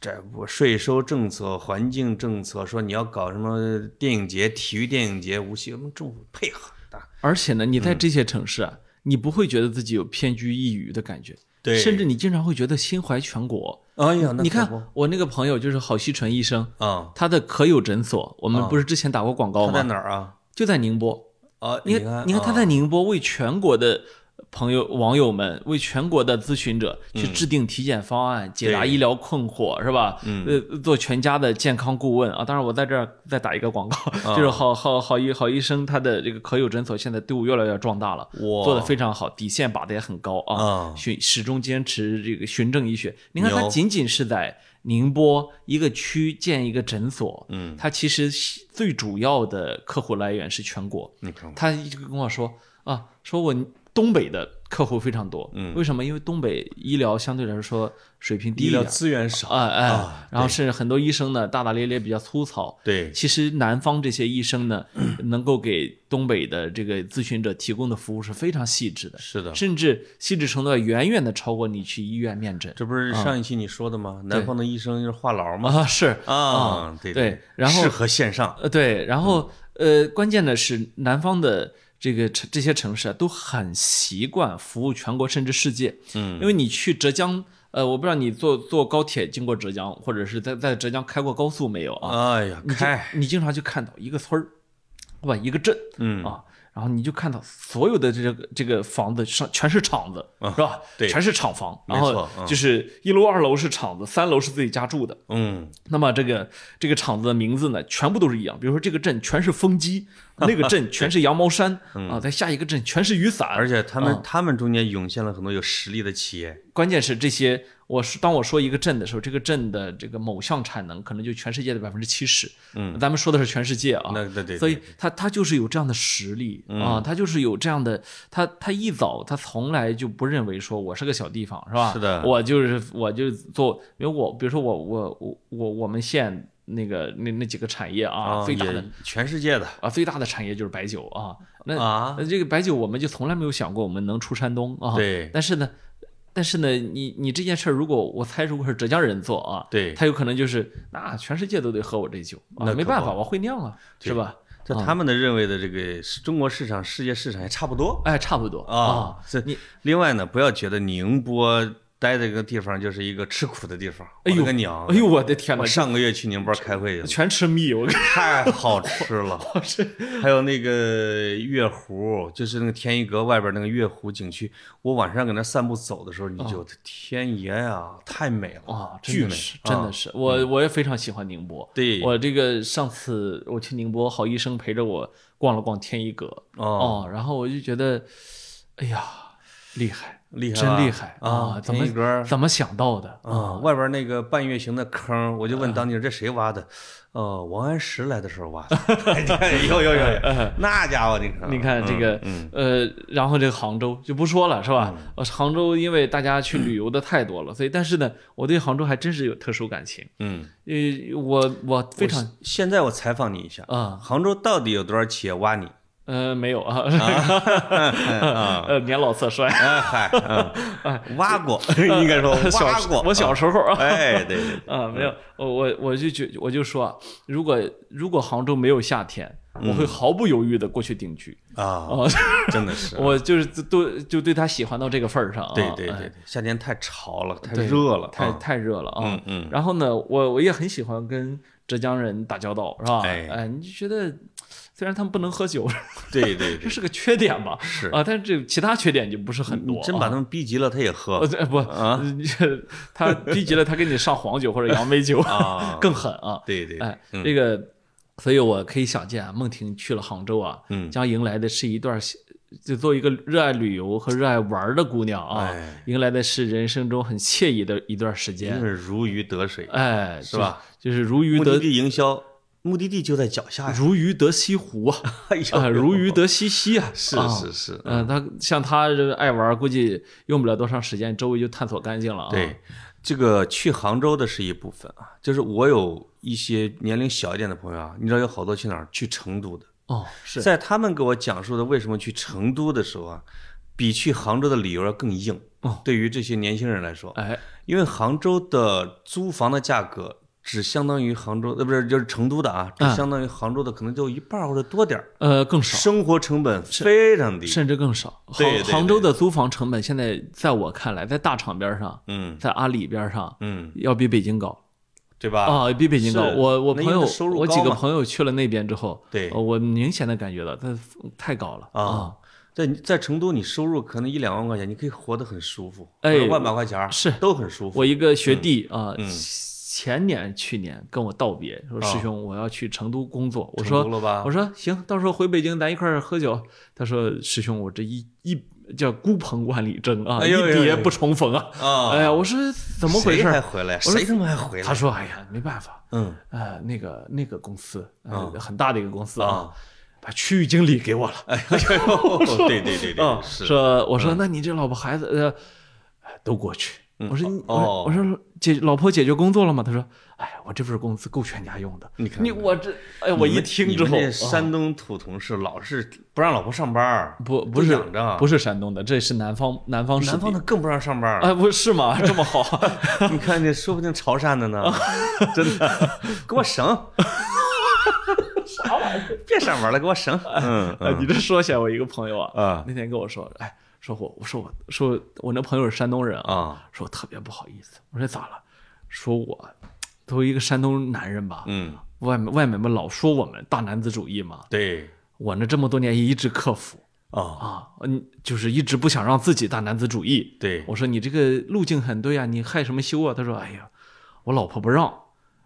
[SPEAKER 2] 这我税收政策、环境政策，说你要搞什么电影节、体育电影节，无锡我们政府配合的。
[SPEAKER 1] 而且呢，你在这些城市啊，你不会觉得自己有偏居一隅的感觉，
[SPEAKER 2] 对
[SPEAKER 1] 甚至你经常会觉得心怀全国。
[SPEAKER 2] 哎呀，那
[SPEAKER 1] 你
[SPEAKER 2] 可不
[SPEAKER 1] 看我那个朋友就是郝希纯医生，
[SPEAKER 2] 啊，
[SPEAKER 1] 他的可有诊所，我们不是之前打过广告
[SPEAKER 2] 他在
[SPEAKER 1] 吗？
[SPEAKER 2] 哪儿啊？
[SPEAKER 1] 就在宁波。
[SPEAKER 2] 啊，
[SPEAKER 1] 你
[SPEAKER 2] 看，
[SPEAKER 1] 你看他
[SPEAKER 2] 啊
[SPEAKER 1] 在宁波为全国的朋友、网友们、为全国的咨询者去制定体检方案，解答
[SPEAKER 2] 嗯对嗯
[SPEAKER 1] 医疗困惑，是吧？呃，做全家的健康顾问啊。当然，我在这儿再打一个广告，
[SPEAKER 2] 啊
[SPEAKER 1] <laughs> 就是好好好医好医生他的这个可有诊所现在队伍越来越壮大了，
[SPEAKER 2] 哇
[SPEAKER 1] 做的非常好，底线把的也很高啊
[SPEAKER 2] 啊，
[SPEAKER 1] 循、始终坚持这个循证医学。你看他
[SPEAKER 2] 牛
[SPEAKER 1] 仅仅是在。宁波一个区建一个诊所，
[SPEAKER 2] 嗯，
[SPEAKER 1] 它其实最主要的客户来源是全国，
[SPEAKER 2] 你看
[SPEAKER 1] 他一直跟我说啊，说我东北的客户非常多，嗯，为什么？因为东北医疗相对来说水平低
[SPEAKER 2] 医
[SPEAKER 1] 一点
[SPEAKER 2] 疗
[SPEAKER 1] 儿，
[SPEAKER 2] 资源少，
[SPEAKER 1] 哎哎，
[SPEAKER 2] 啊
[SPEAKER 1] 然后甚至很多医生呢大大咧咧，比较粗糙。
[SPEAKER 2] 对，
[SPEAKER 1] 其实南方这些医生呢，能够给东北的这个咨询者提供的服务是非常细致的，
[SPEAKER 2] 是的，
[SPEAKER 1] 甚至细致程度要远远的超过你去医院面诊
[SPEAKER 2] 这不是上一期你说的吗？南方的医生就是话痨嘛。
[SPEAKER 1] 嗯啊，是
[SPEAKER 2] 啊，对嗯
[SPEAKER 1] 对然后
[SPEAKER 2] 适合线上，
[SPEAKER 1] 呃，对，然后、呃，关键的是南方的这个城这些城市啊，都很习惯服务全国甚至世界。
[SPEAKER 2] 嗯，
[SPEAKER 1] 因为你去浙江，呃，我不知道你坐坐高铁经过浙江，或者是在在浙江开过高速没有啊？
[SPEAKER 2] 哎呀，
[SPEAKER 1] 你就
[SPEAKER 2] 开，
[SPEAKER 1] 你经常就看到一个村儿，对吧？一个镇，
[SPEAKER 2] 嗯
[SPEAKER 1] 啊，然后你就看到所有的这个这个房子上全是厂子，是吧？
[SPEAKER 2] 嗯对
[SPEAKER 1] 全是厂房，
[SPEAKER 2] 没
[SPEAKER 1] 然后
[SPEAKER 2] 错嗯
[SPEAKER 1] 就是一楼、二楼是厂子，三楼是自己家住的。
[SPEAKER 2] 嗯，
[SPEAKER 1] 那么这个这个厂子的名字呢，全部都是一样。比如说这个镇全是风机，那个
[SPEAKER 2] <laughs>
[SPEAKER 1] 镇全是羊毛衫
[SPEAKER 2] 嗯
[SPEAKER 1] 啊，在下一个镇全是雨伞。
[SPEAKER 2] 而且他
[SPEAKER 1] 嗯
[SPEAKER 2] 们他们中间涌现了很多有实力的企业，
[SPEAKER 1] 关键是这些，我是当我说一个镇的时候，这个镇的这个某项产能可能就全世界的百分之七十。嗯，咱们说的是全世界啊。
[SPEAKER 2] 那对对，嗯
[SPEAKER 1] 所以他他就是有这样的实力啊，他就是有这样的，他他一早他从来就不认为说我是个小地方是吧？
[SPEAKER 2] 是的
[SPEAKER 1] 我就是我就做，因为我比如说我我我我我们县那个那那几个产业啊，
[SPEAKER 2] 啊，
[SPEAKER 1] 最大
[SPEAKER 2] 也
[SPEAKER 1] 的
[SPEAKER 2] 全世界的
[SPEAKER 1] 啊最大的产业就是白酒啊。那、
[SPEAKER 2] 啊
[SPEAKER 1] 呃，这个白酒我们就从来没有想过我们能出山东啊。
[SPEAKER 2] 对
[SPEAKER 1] 但是呢，但是呢，你你这件事儿，如果我猜，如果是浙江人做啊，
[SPEAKER 2] 对，
[SPEAKER 1] 他有可能就是那全世界都得喝我这酒啊
[SPEAKER 2] 那，
[SPEAKER 1] 没
[SPEAKER 2] 可
[SPEAKER 1] 办
[SPEAKER 2] 不
[SPEAKER 1] 法，我会酿啊，
[SPEAKER 2] 对
[SPEAKER 1] 是吧？
[SPEAKER 2] 这他们的认为的这个市中国市场、世界市场也差不多
[SPEAKER 1] 哎，差不多啊。，
[SPEAKER 2] 这
[SPEAKER 1] 你
[SPEAKER 2] 另外呢，不要觉得宁波待这个地方就是一个吃苦的地方。
[SPEAKER 1] 哎呦
[SPEAKER 2] 我的个娘！
[SPEAKER 1] 哎呦，，我的天哪
[SPEAKER 2] 我，上个月去宁波开会
[SPEAKER 1] <laughs>
[SPEAKER 2] 去了，
[SPEAKER 1] 全吃蜜，我跟
[SPEAKER 2] 太好吃了。
[SPEAKER 1] 你 <laughs> 说，
[SPEAKER 2] 还有那个月湖，就是那个天一阁外边那个月湖景区，我晚上搁那散步走的时候，你就、天爷呀、太美了
[SPEAKER 1] 啊，哦真
[SPEAKER 2] 巨美
[SPEAKER 1] 的是，，真的是，
[SPEAKER 2] 是。
[SPEAKER 1] 我我也非常喜欢宁波。
[SPEAKER 2] 对，
[SPEAKER 1] 我这个上次我去宁波，郝医生陪着我逛了逛天一阁，
[SPEAKER 2] 哦，
[SPEAKER 1] 哦，然后我就觉得，哎呀，厉害，
[SPEAKER 2] 厉害吧，
[SPEAKER 1] 真厉害哦
[SPEAKER 2] 啊！
[SPEAKER 1] 怎
[SPEAKER 2] 天
[SPEAKER 1] 么
[SPEAKER 2] 一阁
[SPEAKER 1] 怎哦么想到的
[SPEAKER 2] 啊，外边那个半月形的坑，我就
[SPEAKER 1] 嗯
[SPEAKER 2] 问当地人这谁挖的？呃，王安石来的时候挖的。 <laughs> 哎有有有有，那家伙你
[SPEAKER 1] 嗯
[SPEAKER 2] 看，嗯
[SPEAKER 1] 你看这个，呃，然后这个杭州就不说了，是吧？
[SPEAKER 2] 嗯
[SPEAKER 1] 呃，杭州因为大家去旅游的太多了，所以但是呢，我对杭州还真是有特殊感情。
[SPEAKER 2] 嗯，
[SPEAKER 1] 呃，我我非常
[SPEAKER 2] 我现在我采访你一下，
[SPEAKER 1] 啊，
[SPEAKER 2] 杭州到底有多少企业挖
[SPEAKER 1] <laughs>
[SPEAKER 2] 你？
[SPEAKER 1] 呃，没有啊，<laughs>
[SPEAKER 2] 啊，
[SPEAKER 1] 呃，年老色
[SPEAKER 2] <laughs>
[SPEAKER 1] 衰，
[SPEAKER 2] 哎嗨，嗯挖过，应该说挖
[SPEAKER 1] 哎呃小
[SPEAKER 2] 过。
[SPEAKER 1] 我小时候啊。
[SPEAKER 2] 哎，对对，
[SPEAKER 1] <laughs> 啊，没有，我我我就觉我就说啊，如果如果杭州没有夏天，我
[SPEAKER 2] 嗯
[SPEAKER 1] 会毫不犹豫的过去定居。
[SPEAKER 2] 对啊，
[SPEAKER 1] 哦，
[SPEAKER 2] 真的是，
[SPEAKER 1] 我就是都就对他喜欢到这个份儿上啊。
[SPEAKER 2] 对对
[SPEAKER 1] 哎
[SPEAKER 2] 对，对夏天太潮了，太
[SPEAKER 1] 对
[SPEAKER 2] 热了，
[SPEAKER 1] 太
[SPEAKER 2] 啊
[SPEAKER 1] 太热了啊
[SPEAKER 2] 嗯。嗯，
[SPEAKER 1] 然后呢，我我也很喜欢跟浙江人打交道，是吧？
[SPEAKER 2] 哎
[SPEAKER 1] 哎，你就觉得虽然他们不能喝酒，
[SPEAKER 2] 对对
[SPEAKER 1] <laughs> 这
[SPEAKER 2] 对，
[SPEAKER 1] 是个缺点吧？
[SPEAKER 2] 是
[SPEAKER 1] 啊，但是这其他缺点就不是很
[SPEAKER 2] 你
[SPEAKER 1] 多。啊
[SPEAKER 2] 真把他们逼急了，他也喝
[SPEAKER 1] 呃，这不
[SPEAKER 2] 啊，
[SPEAKER 1] <laughs> 这他逼急了，他给你上黄酒或者杨梅酒，
[SPEAKER 2] 啊，
[SPEAKER 1] <laughs> 更狠啊！
[SPEAKER 2] 对对，
[SPEAKER 1] 哎，
[SPEAKER 2] 嗯
[SPEAKER 1] 这个，所以我可以想见啊，孟婷去了杭州啊，
[SPEAKER 2] 嗯
[SPEAKER 1] 将迎来的是一段，就作为一个热爱旅游和热爱玩儿的姑娘啊，
[SPEAKER 2] 哎
[SPEAKER 1] 迎来的是人生中很惬意的一段时
[SPEAKER 2] 真
[SPEAKER 1] 间，
[SPEAKER 2] 是如鱼得水，
[SPEAKER 1] 哎，
[SPEAKER 2] 是吧？
[SPEAKER 1] 就是如鱼
[SPEAKER 2] 目的
[SPEAKER 1] 得
[SPEAKER 2] 地营销，目的地就在脚下呀，
[SPEAKER 1] 如鱼得西湖
[SPEAKER 2] <laughs>
[SPEAKER 1] 啊，
[SPEAKER 2] 哎呦
[SPEAKER 1] <laughs> 啊，如鱼得西溪啊，
[SPEAKER 2] 是
[SPEAKER 1] 啊
[SPEAKER 2] 是是，
[SPEAKER 1] 嗯，他像他这个爱玩儿，估计用不了多长时间，周围就探索干净了啊。
[SPEAKER 2] 对，这个去杭州的是一部分啊，就是我有一些年龄小一点的朋友啊，你知道有好多去哪儿？去成都的，
[SPEAKER 1] 哦，是
[SPEAKER 2] 在他们给我讲述的为什么去成都的时候啊，比去杭州的理由要更硬。
[SPEAKER 1] 哦
[SPEAKER 2] 对于这些年轻人来说，
[SPEAKER 1] 哎，
[SPEAKER 2] 因为杭州的租房的价格只相当于杭州，呃，不是就是成都的啊，只
[SPEAKER 1] 嗯
[SPEAKER 2] 相当于杭州的可能就一半儿或者多点儿，
[SPEAKER 1] 呃，更少，
[SPEAKER 2] 生活成本非常低。
[SPEAKER 1] 甚至更少。
[SPEAKER 2] 对
[SPEAKER 1] 杭
[SPEAKER 2] 对
[SPEAKER 1] 杭州的租房成本现在在我看来，在大厂边儿上，
[SPEAKER 2] 嗯
[SPEAKER 1] 在阿里边儿上，
[SPEAKER 2] 嗯，
[SPEAKER 1] 要比北京高
[SPEAKER 2] 对吧？
[SPEAKER 1] 啊，比北京高。
[SPEAKER 2] 是
[SPEAKER 1] 我我
[SPEAKER 2] 那
[SPEAKER 1] 朋
[SPEAKER 2] 因为
[SPEAKER 1] 友
[SPEAKER 2] 它收入，
[SPEAKER 1] 我
[SPEAKER 2] 高
[SPEAKER 1] 几个
[SPEAKER 2] 嘛
[SPEAKER 1] 朋友去了那边之后，
[SPEAKER 2] 对
[SPEAKER 1] 呃我明显的感觉到它太高了
[SPEAKER 2] 啊，在你在成都，你收入可能一两万块钱，你可以活得很舒服，
[SPEAKER 1] 哎
[SPEAKER 2] 或者万把块钱儿
[SPEAKER 1] 是
[SPEAKER 2] 都很舒服。
[SPEAKER 1] 我一个学
[SPEAKER 2] 嗯
[SPEAKER 1] 弟啊，前年去年跟我道别，说师兄我要去成都工作，我
[SPEAKER 2] 啊成
[SPEAKER 1] 说
[SPEAKER 2] 都了啊吧
[SPEAKER 1] 我说行，到时候回北京咱一块儿喝酒。他说师兄我这一一叫孤朋万里征啊，
[SPEAKER 2] 哎
[SPEAKER 1] 一
[SPEAKER 2] 呦哎呦
[SPEAKER 1] 别
[SPEAKER 2] 哎呦
[SPEAKER 1] 不重逢啊。
[SPEAKER 2] 啊，
[SPEAKER 1] 哎呀，我说怎么回事
[SPEAKER 2] 谁还
[SPEAKER 1] 儿？
[SPEAKER 2] 回来？
[SPEAKER 1] 说
[SPEAKER 2] 谁他妈还回来？
[SPEAKER 1] 他说哎呀没办法， <laughs>
[SPEAKER 2] 嗯
[SPEAKER 1] 呃那个那个公司，呃
[SPEAKER 2] 啊
[SPEAKER 1] 很大的一个公司啊
[SPEAKER 2] 啊，，
[SPEAKER 1] 把区域经理给我了。
[SPEAKER 2] 哎呦， <laughs> 对对对对，
[SPEAKER 1] 嗯
[SPEAKER 2] 是嗯
[SPEAKER 1] 说我说那你这老婆孩子呃哎都过去。我说你我
[SPEAKER 2] 哦
[SPEAKER 1] 说我说姐老婆解决工作了吗？他说哎我这份工资够全家用的。
[SPEAKER 2] 嗯你看
[SPEAKER 1] 你我这哎我一听之
[SPEAKER 2] 你
[SPEAKER 1] 后
[SPEAKER 2] 们这
[SPEAKER 1] 啊
[SPEAKER 2] 山东土同事老是不让老婆上班儿，
[SPEAKER 1] 不
[SPEAKER 2] 都
[SPEAKER 1] 不是
[SPEAKER 2] 养着，啊
[SPEAKER 1] 不是山东的，这是南方南方
[SPEAKER 2] 南
[SPEAKER 1] 市
[SPEAKER 2] 方
[SPEAKER 1] 的
[SPEAKER 2] 的更不让上班儿。啊
[SPEAKER 1] 哎不是吗？这么好
[SPEAKER 2] 你看这说不定潮汕的呢，
[SPEAKER 1] 啊
[SPEAKER 2] 真
[SPEAKER 1] <laughs>
[SPEAKER 2] 的，给我省，
[SPEAKER 1] 啥玩意儿？
[SPEAKER 2] 别上班了，给我省。嗯
[SPEAKER 1] 哎
[SPEAKER 2] <laughs>
[SPEAKER 1] <laughs>
[SPEAKER 2] 嗯
[SPEAKER 1] 你这说起来我一个朋友啊，
[SPEAKER 2] 啊
[SPEAKER 1] 那天跟我说哎说我我说我说我那朋友是山东人啊，
[SPEAKER 2] 啊
[SPEAKER 1] 说我特别不好意思。我说咋了？说我作为一个山东男人吧，
[SPEAKER 2] 嗯，
[SPEAKER 1] 外面外面不老说我们大男子主义嘛，
[SPEAKER 2] 对
[SPEAKER 1] 我呢这么多年也一直克服
[SPEAKER 2] 啊
[SPEAKER 1] 啊，嗯，就是一直不想让自己大男子主义。
[SPEAKER 2] 对
[SPEAKER 1] 我说你这个路径很对啊，你害什么羞啊？他说，哎呀，我老婆不让，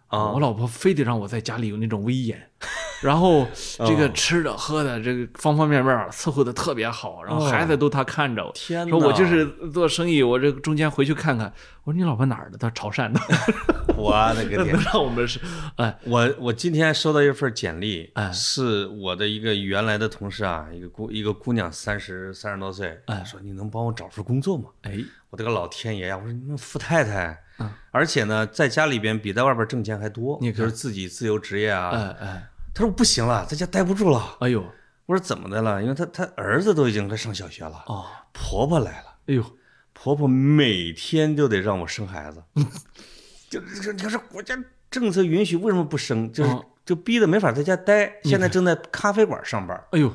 [SPEAKER 2] 啊
[SPEAKER 1] 我老婆非得让我在家里有那种威严。 <laughs> 然后这
[SPEAKER 2] 哦
[SPEAKER 1] 个吃的喝的这个方方面面儿伺候的特别好，然后孩子都他看着，
[SPEAKER 2] 哦天
[SPEAKER 1] 说我
[SPEAKER 2] 哪
[SPEAKER 1] 就是做生意，我这中间回去看看。我说你老婆哪儿的？他说潮汕的，
[SPEAKER 2] <laughs> 我的个
[SPEAKER 1] 能
[SPEAKER 2] 天！
[SPEAKER 1] 让我们是哎
[SPEAKER 2] <laughs> 我我今天收到一份简历
[SPEAKER 1] 哎，
[SPEAKER 2] 是我的一个原来的同事啊，一个姑一个姑娘，三十三十多岁，说你能帮我找份工作吗？
[SPEAKER 1] 哎
[SPEAKER 2] 我这个老天爷呀！我说你们富太太
[SPEAKER 1] 嗯，
[SPEAKER 2] 而且呢，在家里边比在外边挣钱还多，
[SPEAKER 1] 你
[SPEAKER 2] 就是自己自由职业
[SPEAKER 1] 哎
[SPEAKER 2] 啊。
[SPEAKER 1] 哎，
[SPEAKER 2] 他说我不行了，在家待不住了。
[SPEAKER 1] 哎呦
[SPEAKER 2] 我说怎么的了？因为他他儿子都已经快上小学了，
[SPEAKER 1] 哦，
[SPEAKER 2] 婆婆来了，
[SPEAKER 1] 哎呦
[SPEAKER 2] 婆婆每天就得让我生孩子，就是你看这国家政策允许，为什么不生？就是
[SPEAKER 1] 哦
[SPEAKER 2] 就逼得没法在家待。现在正在咖啡馆上班，
[SPEAKER 1] 哎呦，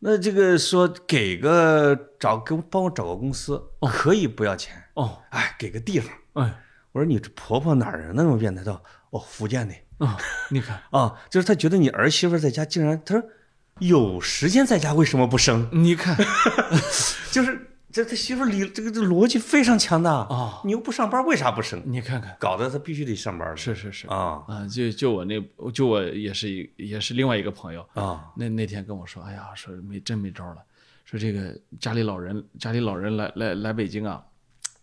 [SPEAKER 2] 那这个说给个找给我帮我找个公司，可以不要钱，
[SPEAKER 1] 哦
[SPEAKER 2] 哎，给个地方。
[SPEAKER 1] 哎
[SPEAKER 2] 我说你这婆婆哪儿啊人那么变态？她说哦，福建的
[SPEAKER 1] 啊，你看
[SPEAKER 2] 啊，就是她觉得你儿媳妇在家竟然，她说有时间在家为什么不生？ <laughs>
[SPEAKER 1] 你看，
[SPEAKER 2] 就是这他媳妇儿理这个这逻辑非常强大
[SPEAKER 1] 哦
[SPEAKER 2] 你又不上班，为啥不生？
[SPEAKER 1] 你看看，
[SPEAKER 2] 搞得她必须得上班
[SPEAKER 1] 是是是
[SPEAKER 2] 啊
[SPEAKER 1] 啊，就就我那就我也是一也是另外一个朋友，
[SPEAKER 2] 啊
[SPEAKER 1] 那那天跟我说，哎呀，说没真没招儿了，说这个家里老人家里老人来来来北京啊，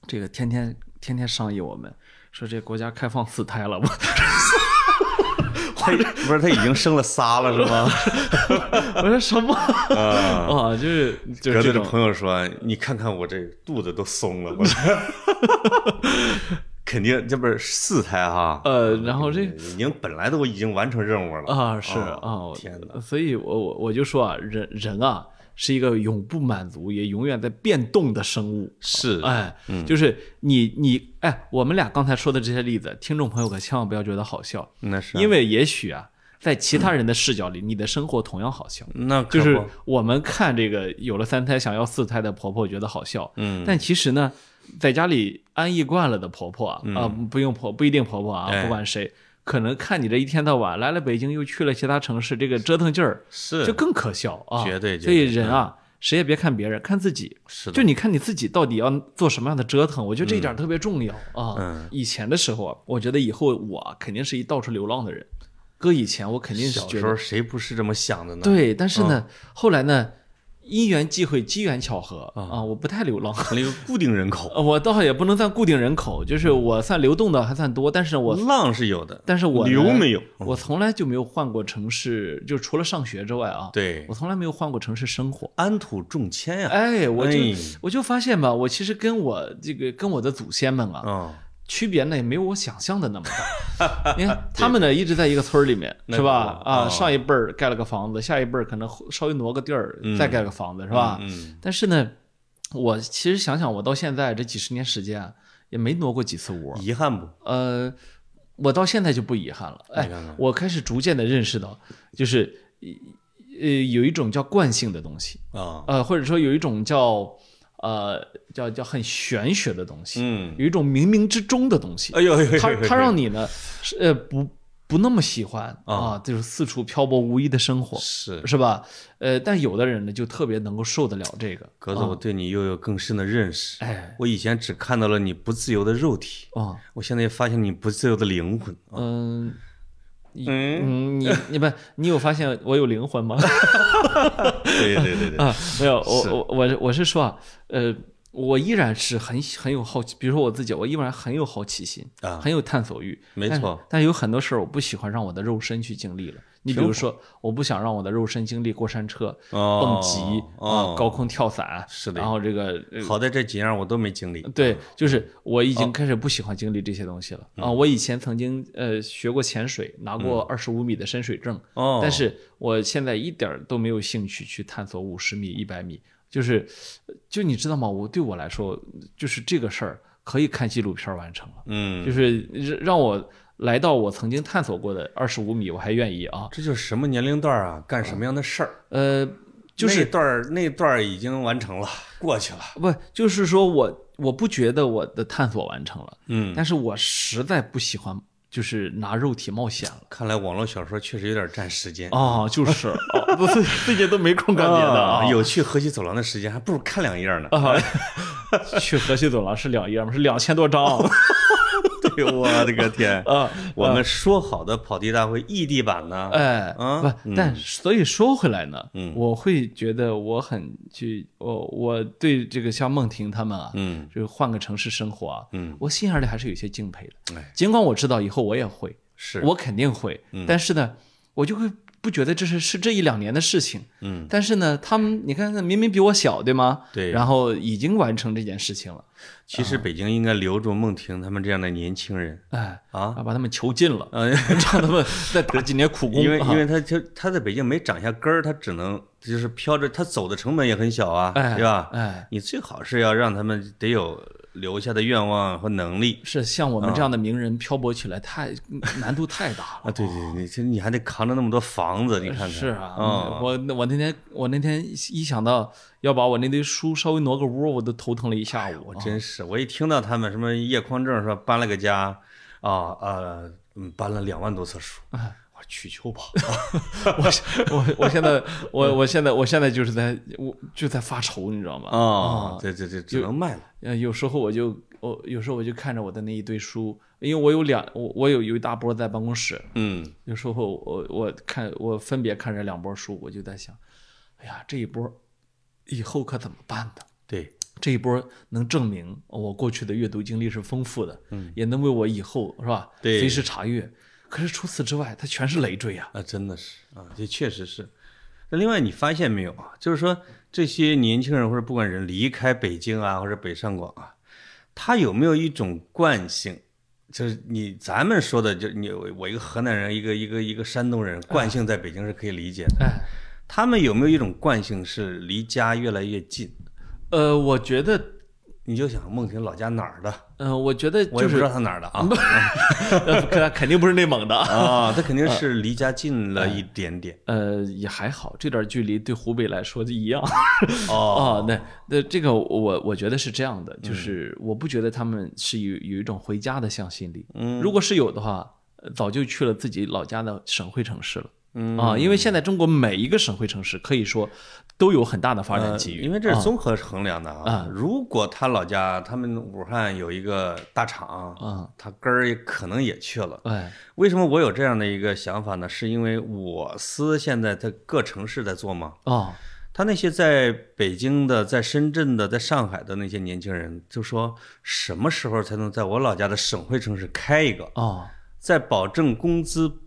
[SPEAKER 1] 这个天天天天商议我们，说这国家开放 <laughs> 四胎了，我
[SPEAKER 2] 她
[SPEAKER 1] <laughs>
[SPEAKER 2] 不是她已经生了仨了是吗？
[SPEAKER 1] 我说什么 <laughs>
[SPEAKER 2] 啊，
[SPEAKER 1] 啊，就是 <laughs> 就
[SPEAKER 2] 格
[SPEAKER 1] 是
[SPEAKER 2] 子
[SPEAKER 1] 这
[SPEAKER 2] 的
[SPEAKER 1] 种
[SPEAKER 2] 朋友说，你看看我这肚子都
[SPEAKER 1] <laughs>
[SPEAKER 2] 松了，我说肯定这不是四胎哈。
[SPEAKER 1] 呃，然后这个
[SPEAKER 2] 已经本来都我已经完成任务了
[SPEAKER 1] 啊是
[SPEAKER 2] 哦
[SPEAKER 1] 啊，我
[SPEAKER 2] 天哪！
[SPEAKER 1] 所以我我我就说啊，人人啊是一个永不满足也永远在变动的生物，
[SPEAKER 2] 是嗯
[SPEAKER 1] 哎，就是你你哎，我们俩刚才说的这些例子，听众朋友可千万不要觉得好笑，
[SPEAKER 2] 那是
[SPEAKER 1] 因
[SPEAKER 2] 为
[SPEAKER 1] 为也许啊，在其他人的视角里，你的生活同样好笑。
[SPEAKER 2] 那可
[SPEAKER 1] 就是
[SPEAKER 2] 不
[SPEAKER 1] 我们看这个有了三胎想要四胎的婆婆觉得好笑，
[SPEAKER 2] 嗯，
[SPEAKER 1] 但其实呢，在家里安逸惯了的婆婆啊，啊不用婆不一定婆婆啊，
[SPEAKER 2] 嗯哎
[SPEAKER 1] 不管谁，可能看你这一天到晚来了北京又去了其他城市，这个折腾劲儿
[SPEAKER 2] 是
[SPEAKER 1] 就更可笑啊！
[SPEAKER 2] 绝对绝
[SPEAKER 1] 所以
[SPEAKER 2] 对
[SPEAKER 1] 人啊，谁也别看别人，看自己。
[SPEAKER 2] 是的
[SPEAKER 1] 就你看你自己到底要做什么样的折腾，我觉得这一点特别重要啊。
[SPEAKER 2] 嗯
[SPEAKER 1] 以前的时候啊，我觉得以后我肯定是一到处流浪的人，搁以前我肯定是
[SPEAKER 2] 小
[SPEAKER 1] 觉
[SPEAKER 2] 时
[SPEAKER 1] 得
[SPEAKER 2] 候谁不是这嗯么想的呢？
[SPEAKER 1] 对，但是呢，后来呢，因缘际会，机缘巧合
[SPEAKER 2] 嗯
[SPEAKER 1] 啊，我不太流浪。
[SPEAKER 2] 成了一个固定人口。
[SPEAKER 1] 呃我倒也不能算固定人口，就是
[SPEAKER 2] 嗯
[SPEAKER 1] 我算流动的还算多，但是我
[SPEAKER 2] 浪是有的，
[SPEAKER 1] 但是我呢
[SPEAKER 2] 嗯
[SPEAKER 1] 啊
[SPEAKER 2] 流没有。
[SPEAKER 1] 我从来就没有换过城市，就除了上学之外啊，
[SPEAKER 2] 对
[SPEAKER 1] 我，从来没有换过城市生活。
[SPEAKER 2] 安土重迁啊呀、
[SPEAKER 1] 哎，我就
[SPEAKER 2] 哎
[SPEAKER 1] 我就发现吧，我其实跟我这个跟我的祖先们啊，
[SPEAKER 2] 嗯，
[SPEAKER 1] 区别呢也没有我想象的那么
[SPEAKER 2] <laughs>
[SPEAKER 1] 大。你看他们呢一直在一个村儿里面，
[SPEAKER 2] 那
[SPEAKER 1] 是吧？
[SPEAKER 2] 可不
[SPEAKER 1] 啊，
[SPEAKER 2] 哦
[SPEAKER 1] 上一辈儿盖了个房子，下一辈儿可能稍微挪个地儿再盖个房子，是吧？
[SPEAKER 2] 嗯，
[SPEAKER 1] 但是呢，我其实想想，我到现在这几十年时间啊，也没挪过几次窝。
[SPEAKER 2] 嗯遗憾不？
[SPEAKER 1] 呃，我到现在就不遗憾了。哎
[SPEAKER 2] 你看看，
[SPEAKER 1] 我开始逐渐的认识到，就是呃有一种叫惯性的东西，
[SPEAKER 2] 啊，
[SPEAKER 1] 呃，或者说有一种叫呃叫叫很玄学的东西，
[SPEAKER 2] 嗯，
[SPEAKER 1] 有一种冥冥之中的东西。
[SPEAKER 2] 哎呦，哎呦哎呦
[SPEAKER 1] 它
[SPEAKER 2] 哎呦
[SPEAKER 1] 它让你呢，是呃不不那么喜欢啊，就是四处漂泊无依的生活，
[SPEAKER 2] 是
[SPEAKER 1] 是吧？呃，但有的人呢就特别能够受得了这个，
[SPEAKER 2] 格子，我对你又有更深的认识。
[SPEAKER 1] 啊哎，
[SPEAKER 2] 我以前只看到了你不自由的肉体，
[SPEAKER 1] 啊，
[SPEAKER 2] 我现在发现你不自由的灵魂。
[SPEAKER 1] 嗯。你
[SPEAKER 2] 嗯，
[SPEAKER 1] 嗯，你你不，你有发现我有灵魂
[SPEAKER 2] <laughs>
[SPEAKER 1] 吗？
[SPEAKER 2] 对对
[SPEAKER 1] <laughs>
[SPEAKER 2] 对对，
[SPEAKER 1] 啊，没有，我我我我是说啊，呃，我依然是很很有好奇，比如说我自己，我依然很有好奇心
[SPEAKER 2] 啊
[SPEAKER 1] 很有探索欲，
[SPEAKER 2] 没
[SPEAKER 1] 但是
[SPEAKER 2] 错。
[SPEAKER 1] 但有很多事儿我不喜欢让我的肉身去经历了。你比如说，我不想让我的肉身经历过山车、
[SPEAKER 2] 哦
[SPEAKER 1] 蹦极啊、
[SPEAKER 2] 哦
[SPEAKER 1] 高空跳伞，
[SPEAKER 2] 是的
[SPEAKER 1] 然后这个呃
[SPEAKER 2] 好在哦这几样我都没经历。
[SPEAKER 1] 对，就是我已经开始不喜欢经历这些东西了
[SPEAKER 2] 嗯
[SPEAKER 1] 啊。我以前曾经呃学过潜水，拿过二十五米的深水证，
[SPEAKER 2] 哦，
[SPEAKER 1] 但是我现在一点儿都没有兴趣去探索五十米、一百米，就是，就你知道吗？我对我来说，就是这个事儿可以看纪录片儿完成了，
[SPEAKER 2] 嗯，
[SPEAKER 1] 就是让让我来到我曾经探索过的二十五米，我还愿意啊。
[SPEAKER 2] 这就是什么年龄段啊，干什么样的事儿，
[SPEAKER 1] 呃，就是
[SPEAKER 2] 那段儿那段儿已经完成了，过去了。
[SPEAKER 1] 不，就是说我我不觉得我的探索完成了，
[SPEAKER 2] 嗯，
[SPEAKER 1] 但是我实在不喜欢就是拿肉体冒险了。
[SPEAKER 2] 看来网络小说确实有点占时间。
[SPEAKER 1] 啊、就是， <laughs> 哦，不是最近都没空干别的啊，
[SPEAKER 2] 有去河西走廊的时间，还不如看两页呢。
[SPEAKER 1] 哦
[SPEAKER 2] <laughs>
[SPEAKER 1] 啊，去河西走廊是两页吗？是两千多章，
[SPEAKER 2] 哎呦我的个天！
[SPEAKER 1] 啊，
[SPEAKER 2] 我们说好的跑题大会异地版呢？
[SPEAKER 1] 哎，
[SPEAKER 2] 啊
[SPEAKER 1] 不，但所以说回来呢，
[SPEAKER 2] 嗯
[SPEAKER 1] 我会觉得我很去，我我对这个像孟婷他们啊，
[SPEAKER 2] 嗯
[SPEAKER 1] 就是换个城市生活啊，
[SPEAKER 2] 嗯，
[SPEAKER 1] 我心眼里还是有些敬佩的
[SPEAKER 2] 哎。
[SPEAKER 1] 尽管我知道以后我也会，
[SPEAKER 2] 是嗯
[SPEAKER 1] 我肯定会，但是呢，我就会不觉得这是是这一两年的事情。
[SPEAKER 2] 嗯，
[SPEAKER 1] 但是呢，他们你看，明明比我小，对吗？
[SPEAKER 2] 对
[SPEAKER 1] 然后已经完成这件事情了，
[SPEAKER 2] 其实北京应该留住孟婷他们这样的年轻人
[SPEAKER 1] 哎，
[SPEAKER 2] 啊，
[SPEAKER 1] 把他们囚禁了，
[SPEAKER 2] 嗯，
[SPEAKER 1] 让他们再打几年苦工。
[SPEAKER 2] 因为
[SPEAKER 1] 啊
[SPEAKER 2] 因为他就他在北京没长下根儿，他只能就是飘着，他走的成本也很小啊，
[SPEAKER 1] 哎，
[SPEAKER 2] 对吧？
[SPEAKER 1] 哎，
[SPEAKER 2] 你最好是要让他们得有留下的愿望和能力
[SPEAKER 1] 是像我
[SPEAKER 2] 嗯
[SPEAKER 1] 们这样的名人漂泊起来太嗯难度太大
[SPEAKER 2] 啊！
[SPEAKER 1] 了。
[SPEAKER 2] 对对，你这你还得扛着那么多房 <laughs> 子，你看看
[SPEAKER 1] 是啊，
[SPEAKER 2] 嗯
[SPEAKER 1] 我我那天我那天一想到要把我那堆书稍微挪个窝，我都头疼了一下午
[SPEAKER 2] 我
[SPEAKER 1] 啊。
[SPEAKER 2] 真是，我一听到他们什么叶匡正说搬了个家，啊呃，嗯，搬了两万多册书，我说去秋吧，
[SPEAKER 1] 我我我现在
[SPEAKER 2] 嗯
[SPEAKER 1] 我我现在我现在就是在我就在发愁，你知道吗？
[SPEAKER 2] 啊，这这这只能卖了，
[SPEAKER 1] 呃，有时候我就我有时候我就看着我的那一堆书，因为我有两我我有有一大波在办公室，
[SPEAKER 2] 嗯，
[SPEAKER 1] 有时候我我看我分别看着两波书，我就在想，哎呀，这一波以后可怎么办呢？
[SPEAKER 2] 对，
[SPEAKER 1] 这一波能证明哦我过去的阅读经历是丰富的，嗯，也能为我以后是吧，
[SPEAKER 2] 对
[SPEAKER 1] 随时查阅。可是除此之外，它全是累赘呀、
[SPEAKER 2] 啊，真的是啊，这确实是。那另外你发现没有啊？就是说这些年轻人或者不管人离开北京啊，或者北上广啊，他有没有一种惯性？就是你咱们说的，就你我一个河南人，一个一个一个山东人，惯性在北京是可以理解的。
[SPEAKER 1] 哎，
[SPEAKER 2] 他们有没有一种惯性是离家越来越近？
[SPEAKER 1] 呃，我觉得，
[SPEAKER 2] 你就想孟婷老家哪儿的，
[SPEAKER 1] 呃，我觉得
[SPEAKER 2] 我
[SPEAKER 1] 就
[SPEAKER 2] 也不知
[SPEAKER 1] 是
[SPEAKER 2] 道他哪儿的啊
[SPEAKER 1] <laughs> 呃肯定不是内蒙的啊，
[SPEAKER 2] 啊，他肯定是离家近了一点点
[SPEAKER 1] <laughs> 呃，也还好，这点距离对湖北来说就一样。
[SPEAKER 2] 哦，
[SPEAKER 1] <laughs> 哦，那那这个我我觉得是这样的，就是我不觉得他们是有有一种回家的向心力。
[SPEAKER 2] 嗯，
[SPEAKER 1] 如果是有的话，呃早就去了自己老家的省会城市了。
[SPEAKER 2] 嗯
[SPEAKER 1] 啊，因为现在中国每一个省会城市可以说都有很大的发展
[SPEAKER 2] 呃
[SPEAKER 1] 机遇。
[SPEAKER 2] 因为这是综合衡量的啊
[SPEAKER 1] 啊。
[SPEAKER 2] 如果他老家他们武汉有一个大厂，
[SPEAKER 1] 啊，
[SPEAKER 2] 他根儿也可能也去了。
[SPEAKER 1] 哎，
[SPEAKER 2] 为什么我有这样的一个想法呢？是因为我司现在在各城市在做嘛，
[SPEAKER 1] 哦，
[SPEAKER 2] 他那些在北京的、在深圳的、在上海的那些年轻人，就说什么时候才能在我老家的省会城市开一个？
[SPEAKER 1] 哦，
[SPEAKER 2] 在保证工资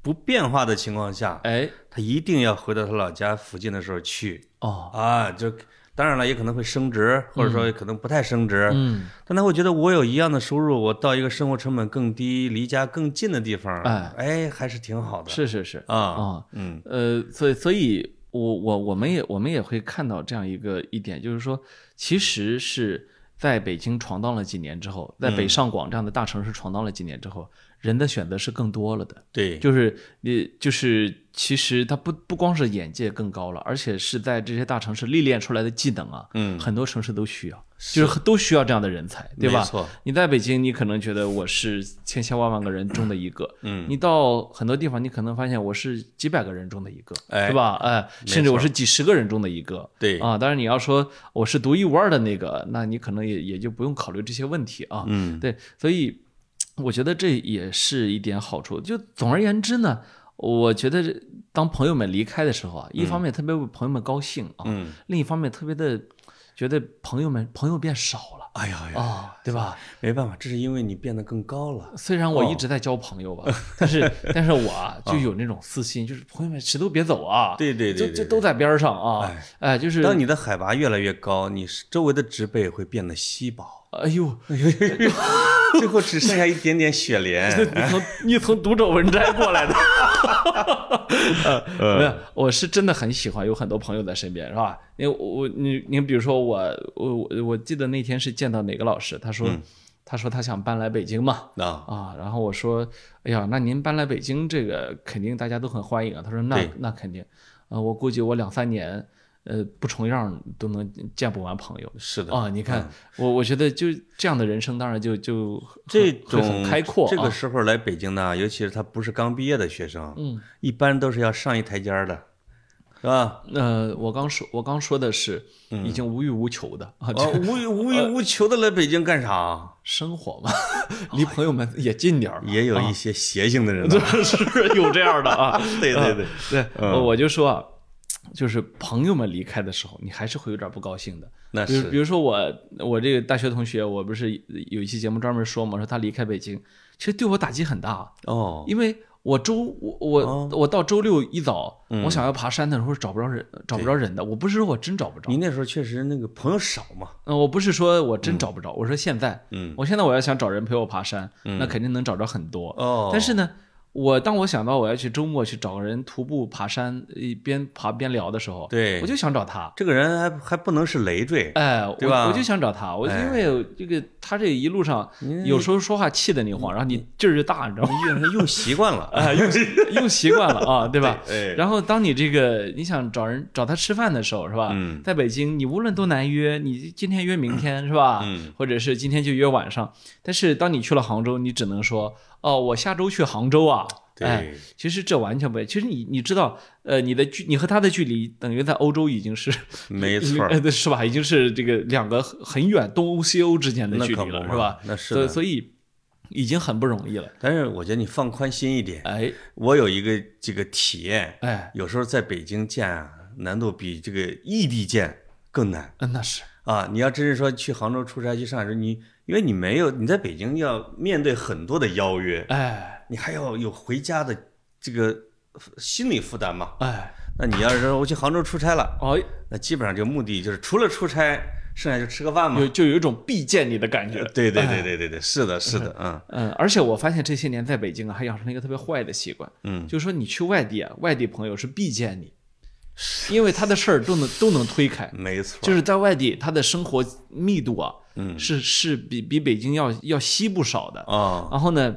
[SPEAKER 2] 不变化的情况下，
[SPEAKER 1] 哎，
[SPEAKER 2] 他一定要回到他老家附近的时候去
[SPEAKER 1] 哦，
[SPEAKER 2] 啊。就当然了，也可能会升值，或者说可能不太升值，
[SPEAKER 1] 嗯，
[SPEAKER 2] 但他会觉得我有一样的收入，我到一个生活成本更低、离家更近的地方，
[SPEAKER 1] 哎
[SPEAKER 2] 哎，还是挺好的。
[SPEAKER 1] 是是是，
[SPEAKER 2] 啊，
[SPEAKER 1] 啊，
[SPEAKER 2] 嗯
[SPEAKER 1] 呃，所以所以，我我我们也我们也会看到这样一个一点，就是说，其实是在北京闯荡了几年之后，在北上广这样的大城市闯荡了几年之后，人的选择是更多了的。
[SPEAKER 2] 对，
[SPEAKER 1] 就是你就是其实他不不光是眼界更高了，而且是在这些大城市历练出来的技能啊，
[SPEAKER 2] 嗯，
[SPEAKER 1] 很多城市都需要，就是都需要这样的人才，对吧？
[SPEAKER 2] 没错，
[SPEAKER 1] 你在北京，你可能觉得我是千千万万个人中的一个，
[SPEAKER 2] 嗯，
[SPEAKER 1] 你到很多地方，你可能发现我是几百个人中的一个，
[SPEAKER 2] 哎
[SPEAKER 1] 是吧？哎，甚至我是几十个人中的一个，
[SPEAKER 2] 对
[SPEAKER 1] 啊。当然你要说我是独一无二的那个，那你可能也也就不用考虑这些问题啊。
[SPEAKER 2] 嗯，
[SPEAKER 1] 对，所以我觉得这也是一点好处。就总而言之呢，我觉得这当朋友们离开的时候啊，一方面特别为朋友们高兴啊，
[SPEAKER 2] 嗯
[SPEAKER 1] 另一方面特别的觉得朋友们朋友变少了。
[SPEAKER 2] 哎呀哎
[SPEAKER 1] 啊、
[SPEAKER 2] 呀，
[SPEAKER 1] 对吧？
[SPEAKER 2] 没办法，这是哦因为你变得更高了。
[SPEAKER 1] 虽然我一直在交朋友吧，但
[SPEAKER 2] <laughs>
[SPEAKER 1] 是但是我啊就有那种私心，就是朋友们谁都别走啊，
[SPEAKER 2] 对对对对
[SPEAKER 1] 就就
[SPEAKER 2] 对
[SPEAKER 1] 都在边上啊，哎
[SPEAKER 2] 哎
[SPEAKER 1] 就是
[SPEAKER 2] 当你的海拔越来越高，你是周围的植被会变得
[SPEAKER 1] <laughs>
[SPEAKER 2] 稀薄，
[SPEAKER 1] 哎呦，
[SPEAKER 2] 最后只剩下一点点雪
[SPEAKER 1] 这 <laughs>
[SPEAKER 2] 莲。
[SPEAKER 1] 你
[SPEAKER 2] <laughs>
[SPEAKER 1] 从你从独走文摘过来的，
[SPEAKER 2] 嗯
[SPEAKER 1] 没有，我是真的很喜欢有很多朋友在身边，是吧？因为我你你比如说我我我我记得那天是见到哪个老师，他说、
[SPEAKER 2] 嗯
[SPEAKER 1] 他说他想搬来北京嘛，
[SPEAKER 2] 啊，
[SPEAKER 1] 啊，然后我说，哎呀，那您搬来北京，这个肯定大家都很欢迎啊。他说那
[SPEAKER 2] 对
[SPEAKER 1] 那肯定，呃，我估计我两三年，呃，不重样都能见不完朋友
[SPEAKER 2] 是的，
[SPEAKER 1] 啊。你看，我我觉得就这样的人生，当然就就很
[SPEAKER 2] 嗯这
[SPEAKER 1] 会
[SPEAKER 2] 种
[SPEAKER 1] 很开阔、啊，
[SPEAKER 2] 这个时候来北京呢，尤其是他不是刚毕业的学生，
[SPEAKER 1] 嗯，
[SPEAKER 2] 一般都是要上一台阶儿的。是吧？
[SPEAKER 1] 呃，我刚说，我刚说的是
[SPEAKER 2] 嗯
[SPEAKER 1] 已经无欲无求的啊，
[SPEAKER 2] 啊，
[SPEAKER 1] 就 <laughs>
[SPEAKER 2] 无欲无欲无求的来北京干啥？
[SPEAKER 1] 生活
[SPEAKER 2] <laughs>
[SPEAKER 1] 嘛，离朋友们也近点儿嘛，
[SPEAKER 2] 也有一些邪性的人
[SPEAKER 1] <laughs>
[SPEAKER 2] 呢。
[SPEAKER 1] 啊是有这样的啊。
[SPEAKER 2] 对对对，
[SPEAKER 1] 对，
[SPEAKER 2] 嗯
[SPEAKER 1] 我就说啊，就是朋友们离开的时候，你还是会有点不高兴的。
[SPEAKER 2] 那
[SPEAKER 1] 比如，比
[SPEAKER 2] 啊是
[SPEAKER 1] 如说我，我这个大学同学，我不是有一期节目专门说嘛，说他离开北京，其实对我打击很大，
[SPEAKER 2] 哦，
[SPEAKER 1] 因为我周我我、
[SPEAKER 2] 哦嗯
[SPEAKER 1] 我到周六一早，我想要爬山的时候找不着人，找不着人的。我不是说我真找不着
[SPEAKER 2] 你，那时候确实那个朋友少嘛，
[SPEAKER 1] 嗯，我不是说我真找不着，我说现在，
[SPEAKER 2] 嗯，
[SPEAKER 1] 我现在我要想找人陪我爬山，那肯定能找着很多。
[SPEAKER 2] 哦，
[SPEAKER 1] 但是呢，我当我想到我要去周末去找个人徒步爬山，一边爬边聊的时候，
[SPEAKER 2] 对
[SPEAKER 1] 我就想找他。
[SPEAKER 2] 这个人还还不能是累赘，
[SPEAKER 1] 哎，
[SPEAKER 2] 对吧哎
[SPEAKER 1] 我我就想找他，我就因为这个他这一路上有时候说话气得你慌，然后你劲儿就大，你知道吗？
[SPEAKER 2] 用 <laughs> 用习惯了，哎，
[SPEAKER 1] 用习惯了啊， <laughs> 对吧？
[SPEAKER 2] 哎，
[SPEAKER 1] 然后当你这个你想找人找他吃饭的时候，是吧？
[SPEAKER 2] 嗯
[SPEAKER 1] 在北京，你无论多难约，你今天约明天是吧？
[SPEAKER 2] 嗯，
[SPEAKER 1] 或者是今天就约晚上，但是当你去了杭州，你只能说哦，我下周去杭州啊。哎，
[SPEAKER 2] 对，
[SPEAKER 1] 其实这完全不，其实你你知道，呃，你的距你和他的距离等于在欧洲已经是，
[SPEAKER 2] 没错儿，
[SPEAKER 1] 呃，是吧？已经是这个两个很很远东欧西欧之间的
[SPEAKER 2] 那
[SPEAKER 1] 距
[SPEAKER 2] 可
[SPEAKER 1] 离了，是
[SPEAKER 2] 不嘛
[SPEAKER 1] 吧？？
[SPEAKER 2] 那是
[SPEAKER 1] 所以
[SPEAKER 2] 的
[SPEAKER 1] 所以已经很不容易了。
[SPEAKER 2] 但是我觉得你放宽心一点。
[SPEAKER 1] 哎
[SPEAKER 2] 我有一个这个体验，
[SPEAKER 1] 哎，
[SPEAKER 2] 有时候在北京见啊，难度比这个异地见更难
[SPEAKER 1] 嗯那是
[SPEAKER 2] 啊。你要真是说去杭州出差去上海，你因为你没有你在北京要面对很多的邀约，
[SPEAKER 1] 哎
[SPEAKER 2] 你还要有回家的这个呃心理负担嘛。
[SPEAKER 1] 哎
[SPEAKER 2] 那你要是说我去杭州出差了，
[SPEAKER 1] 哦，
[SPEAKER 2] 那基本上这个目的就是除了出差，剩下就吃个饭嘛
[SPEAKER 1] 有。就有一种必见你的感觉。
[SPEAKER 2] 呃 <laughs>
[SPEAKER 1] 哎
[SPEAKER 2] 对对对对对对，是的，是的，嗯
[SPEAKER 1] 嗯，而且我发现这些年在北京啊，还养成了一个特别坏的习惯，
[SPEAKER 2] 嗯，
[SPEAKER 1] 就是说你去外地啊，外地朋友是必见你，因为他的事儿都能都能推开，
[SPEAKER 2] 没错，
[SPEAKER 1] 就是在外地他的生活密度啊，嗯，是是比比北京要要稀不少的。
[SPEAKER 2] 啊，
[SPEAKER 1] 然后呢，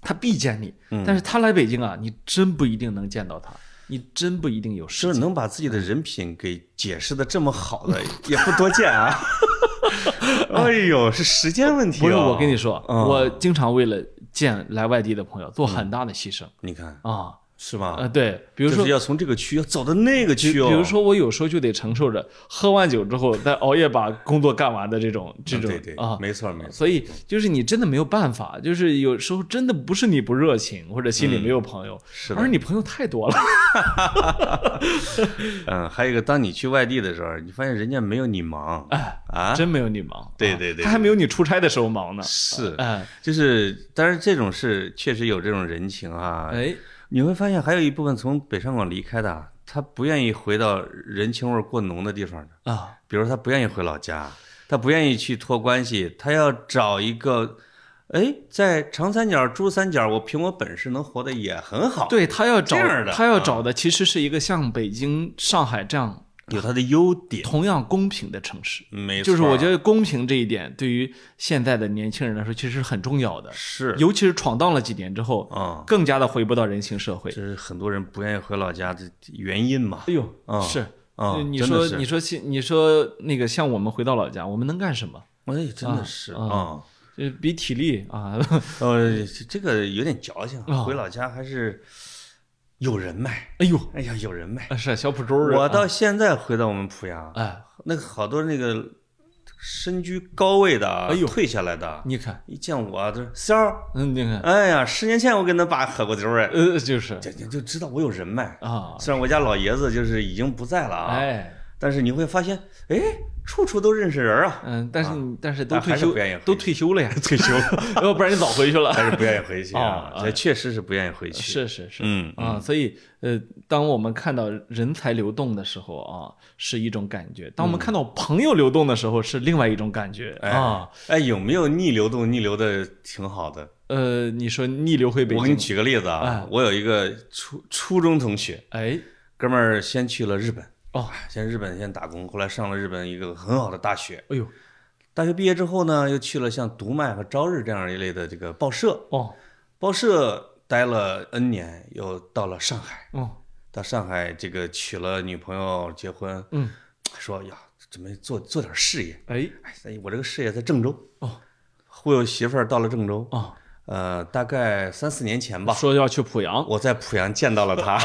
[SPEAKER 1] 他必见你，
[SPEAKER 2] 嗯
[SPEAKER 1] 但是他来北京啊，你真不一定能见到他，你真不一定有时
[SPEAKER 2] 就是
[SPEAKER 1] 间。
[SPEAKER 2] 能把自己的人品给解释的这么好
[SPEAKER 1] <laughs>
[SPEAKER 2] 的，也不多见啊。哎呦，是时间问题、哦
[SPEAKER 1] 不是我跟你，说，
[SPEAKER 2] 嗯
[SPEAKER 1] 我经常为了见来外地的朋友做很大的牺牲
[SPEAKER 2] 你看
[SPEAKER 1] 啊，
[SPEAKER 2] 是吧？
[SPEAKER 1] 呃，对，比
[SPEAKER 2] 比
[SPEAKER 1] 如说
[SPEAKER 2] 嗯要从这个区要走到那个区哦。
[SPEAKER 1] 比如，说，我有时候就得承受着喝完酒之后再熬夜把工作干完的这种这种
[SPEAKER 2] 嗯对对
[SPEAKER 1] 啊，
[SPEAKER 2] 没错没错。
[SPEAKER 1] 所以就是你真的没有办法，就是有时候真的不是你不热情或者心里没有朋友，
[SPEAKER 2] 嗯是的
[SPEAKER 1] 而是你朋友太多了。
[SPEAKER 2] 嗯，还有一个，当你去外地的时候，你发现人家没有你忙啊，
[SPEAKER 1] <laughs> 真没有你忙，
[SPEAKER 2] 对
[SPEAKER 1] 啊
[SPEAKER 2] 对对
[SPEAKER 1] 他还没有你出差的时候忙呢。
[SPEAKER 2] 是，
[SPEAKER 1] 哎
[SPEAKER 2] 就是，当然这种事确实有这种人情啊。
[SPEAKER 1] 哎，
[SPEAKER 2] 你会发现还有一部分从北上广离开的啊，他不愿意回到人情味儿过浓的地方的。
[SPEAKER 1] 啊，
[SPEAKER 2] 比如说他不愿意回老家，他不愿意去托关系，他要找一个，哎，在长三角、珠三角，我凭我本事能活得也很好，，
[SPEAKER 1] 对他要找
[SPEAKER 2] 哦这样的啊
[SPEAKER 1] 他要找的其实是一个像北京、上海这样
[SPEAKER 2] 有他的优点，
[SPEAKER 1] 同样公平的城市。
[SPEAKER 2] 没错，
[SPEAKER 1] 就是我觉得公平这一点对于现在的年轻人来说其实是很重要的，
[SPEAKER 2] 是，
[SPEAKER 1] 尤其是闯荡了几年之后，
[SPEAKER 2] 嗯，
[SPEAKER 1] 更加的回不到人情社会
[SPEAKER 2] 这。是很多人不愿意回老家的原因嘛，
[SPEAKER 1] 哎呦，
[SPEAKER 2] 嗯
[SPEAKER 1] 是。
[SPEAKER 2] 啊、
[SPEAKER 1] 你
[SPEAKER 2] 真的
[SPEAKER 1] 说，
[SPEAKER 2] 是
[SPEAKER 1] 你说，你说那个，像我们回到老家，我们能干什么？
[SPEAKER 2] 哎，真的是
[SPEAKER 1] 啊
[SPEAKER 2] 啊，
[SPEAKER 1] 就是比体力啊，
[SPEAKER 2] 呃，这这个有点矫情啊，
[SPEAKER 1] 啊
[SPEAKER 2] 回老家还是有人脉，
[SPEAKER 1] 哎呦，
[SPEAKER 2] 哎呀，有人脉。
[SPEAKER 1] 是小浦州人。
[SPEAKER 2] 我到
[SPEAKER 1] 啊
[SPEAKER 2] 现在回到我们濮阳，
[SPEAKER 1] 哎，
[SPEAKER 2] 那个好多那个身居高位的啊，
[SPEAKER 1] 哎呦
[SPEAKER 2] 退下来的啊，
[SPEAKER 1] 你看，
[SPEAKER 2] 一见我啊，这三儿，
[SPEAKER 1] 嗯，你看，
[SPEAKER 2] 哎呀，十年前我跟他爸喝过酒哎，
[SPEAKER 1] 呃，就是
[SPEAKER 2] 这这就知道我有人脉。
[SPEAKER 1] 啊，
[SPEAKER 2] 虽然我家老爷子就是已经不在了啊，
[SPEAKER 1] 哎，
[SPEAKER 2] 但是你会发现，哎，处处都认识人
[SPEAKER 1] <laughs>
[SPEAKER 2] 啊，
[SPEAKER 1] 嗯，但是你但是都
[SPEAKER 2] 啊还
[SPEAKER 1] 退
[SPEAKER 2] 是
[SPEAKER 1] 休
[SPEAKER 2] 不愿意回，去
[SPEAKER 1] 都退休了
[SPEAKER 2] <laughs>
[SPEAKER 1] 呀，退休了， <laughs> 要不然你早回去了。 <laughs>
[SPEAKER 2] 还是不愿意回去啊
[SPEAKER 1] 哦，哎
[SPEAKER 2] 这确实是不愿意回去。，
[SPEAKER 1] 是是是，
[SPEAKER 2] 嗯
[SPEAKER 1] 啊，所以呃，当我们看到人才流动的时候啊，是一种感觉；当我们看到朋友流动的时候，是另外一种感觉
[SPEAKER 2] 嗯哎
[SPEAKER 1] 啊。
[SPEAKER 2] 哎，有没有逆流动？逆流的挺好的。
[SPEAKER 1] 呃，你说逆流回北
[SPEAKER 2] 我给你
[SPEAKER 1] 京，
[SPEAKER 2] 举个例子啊
[SPEAKER 1] 哎，
[SPEAKER 2] 我有一个初初中同学，
[SPEAKER 1] 哎，
[SPEAKER 2] 哥们儿先去了日本，哎
[SPEAKER 1] 哦，
[SPEAKER 2] 先日本先打工，后来上了日本一个很好的大学，
[SPEAKER 1] 哎呦，
[SPEAKER 2] 大学毕业之后呢，又去了像读卖和朝日这样一类的这个报社，
[SPEAKER 1] 哦，
[SPEAKER 2] 报社待了 N 年，又到了上海，
[SPEAKER 1] 哦，
[SPEAKER 2] 到上海这个娶了女朋友，结婚，
[SPEAKER 1] 嗯，
[SPEAKER 2] 说呀，准备做做点事业，
[SPEAKER 1] 哎，
[SPEAKER 2] 哎，我这个事业在郑州，
[SPEAKER 1] 哦，
[SPEAKER 2] 忽悠媳妇儿到了郑州，
[SPEAKER 1] 哦，
[SPEAKER 2] 呃，大概三四年前吧，
[SPEAKER 1] 说要去濮阳，
[SPEAKER 2] 我在濮阳见到了他，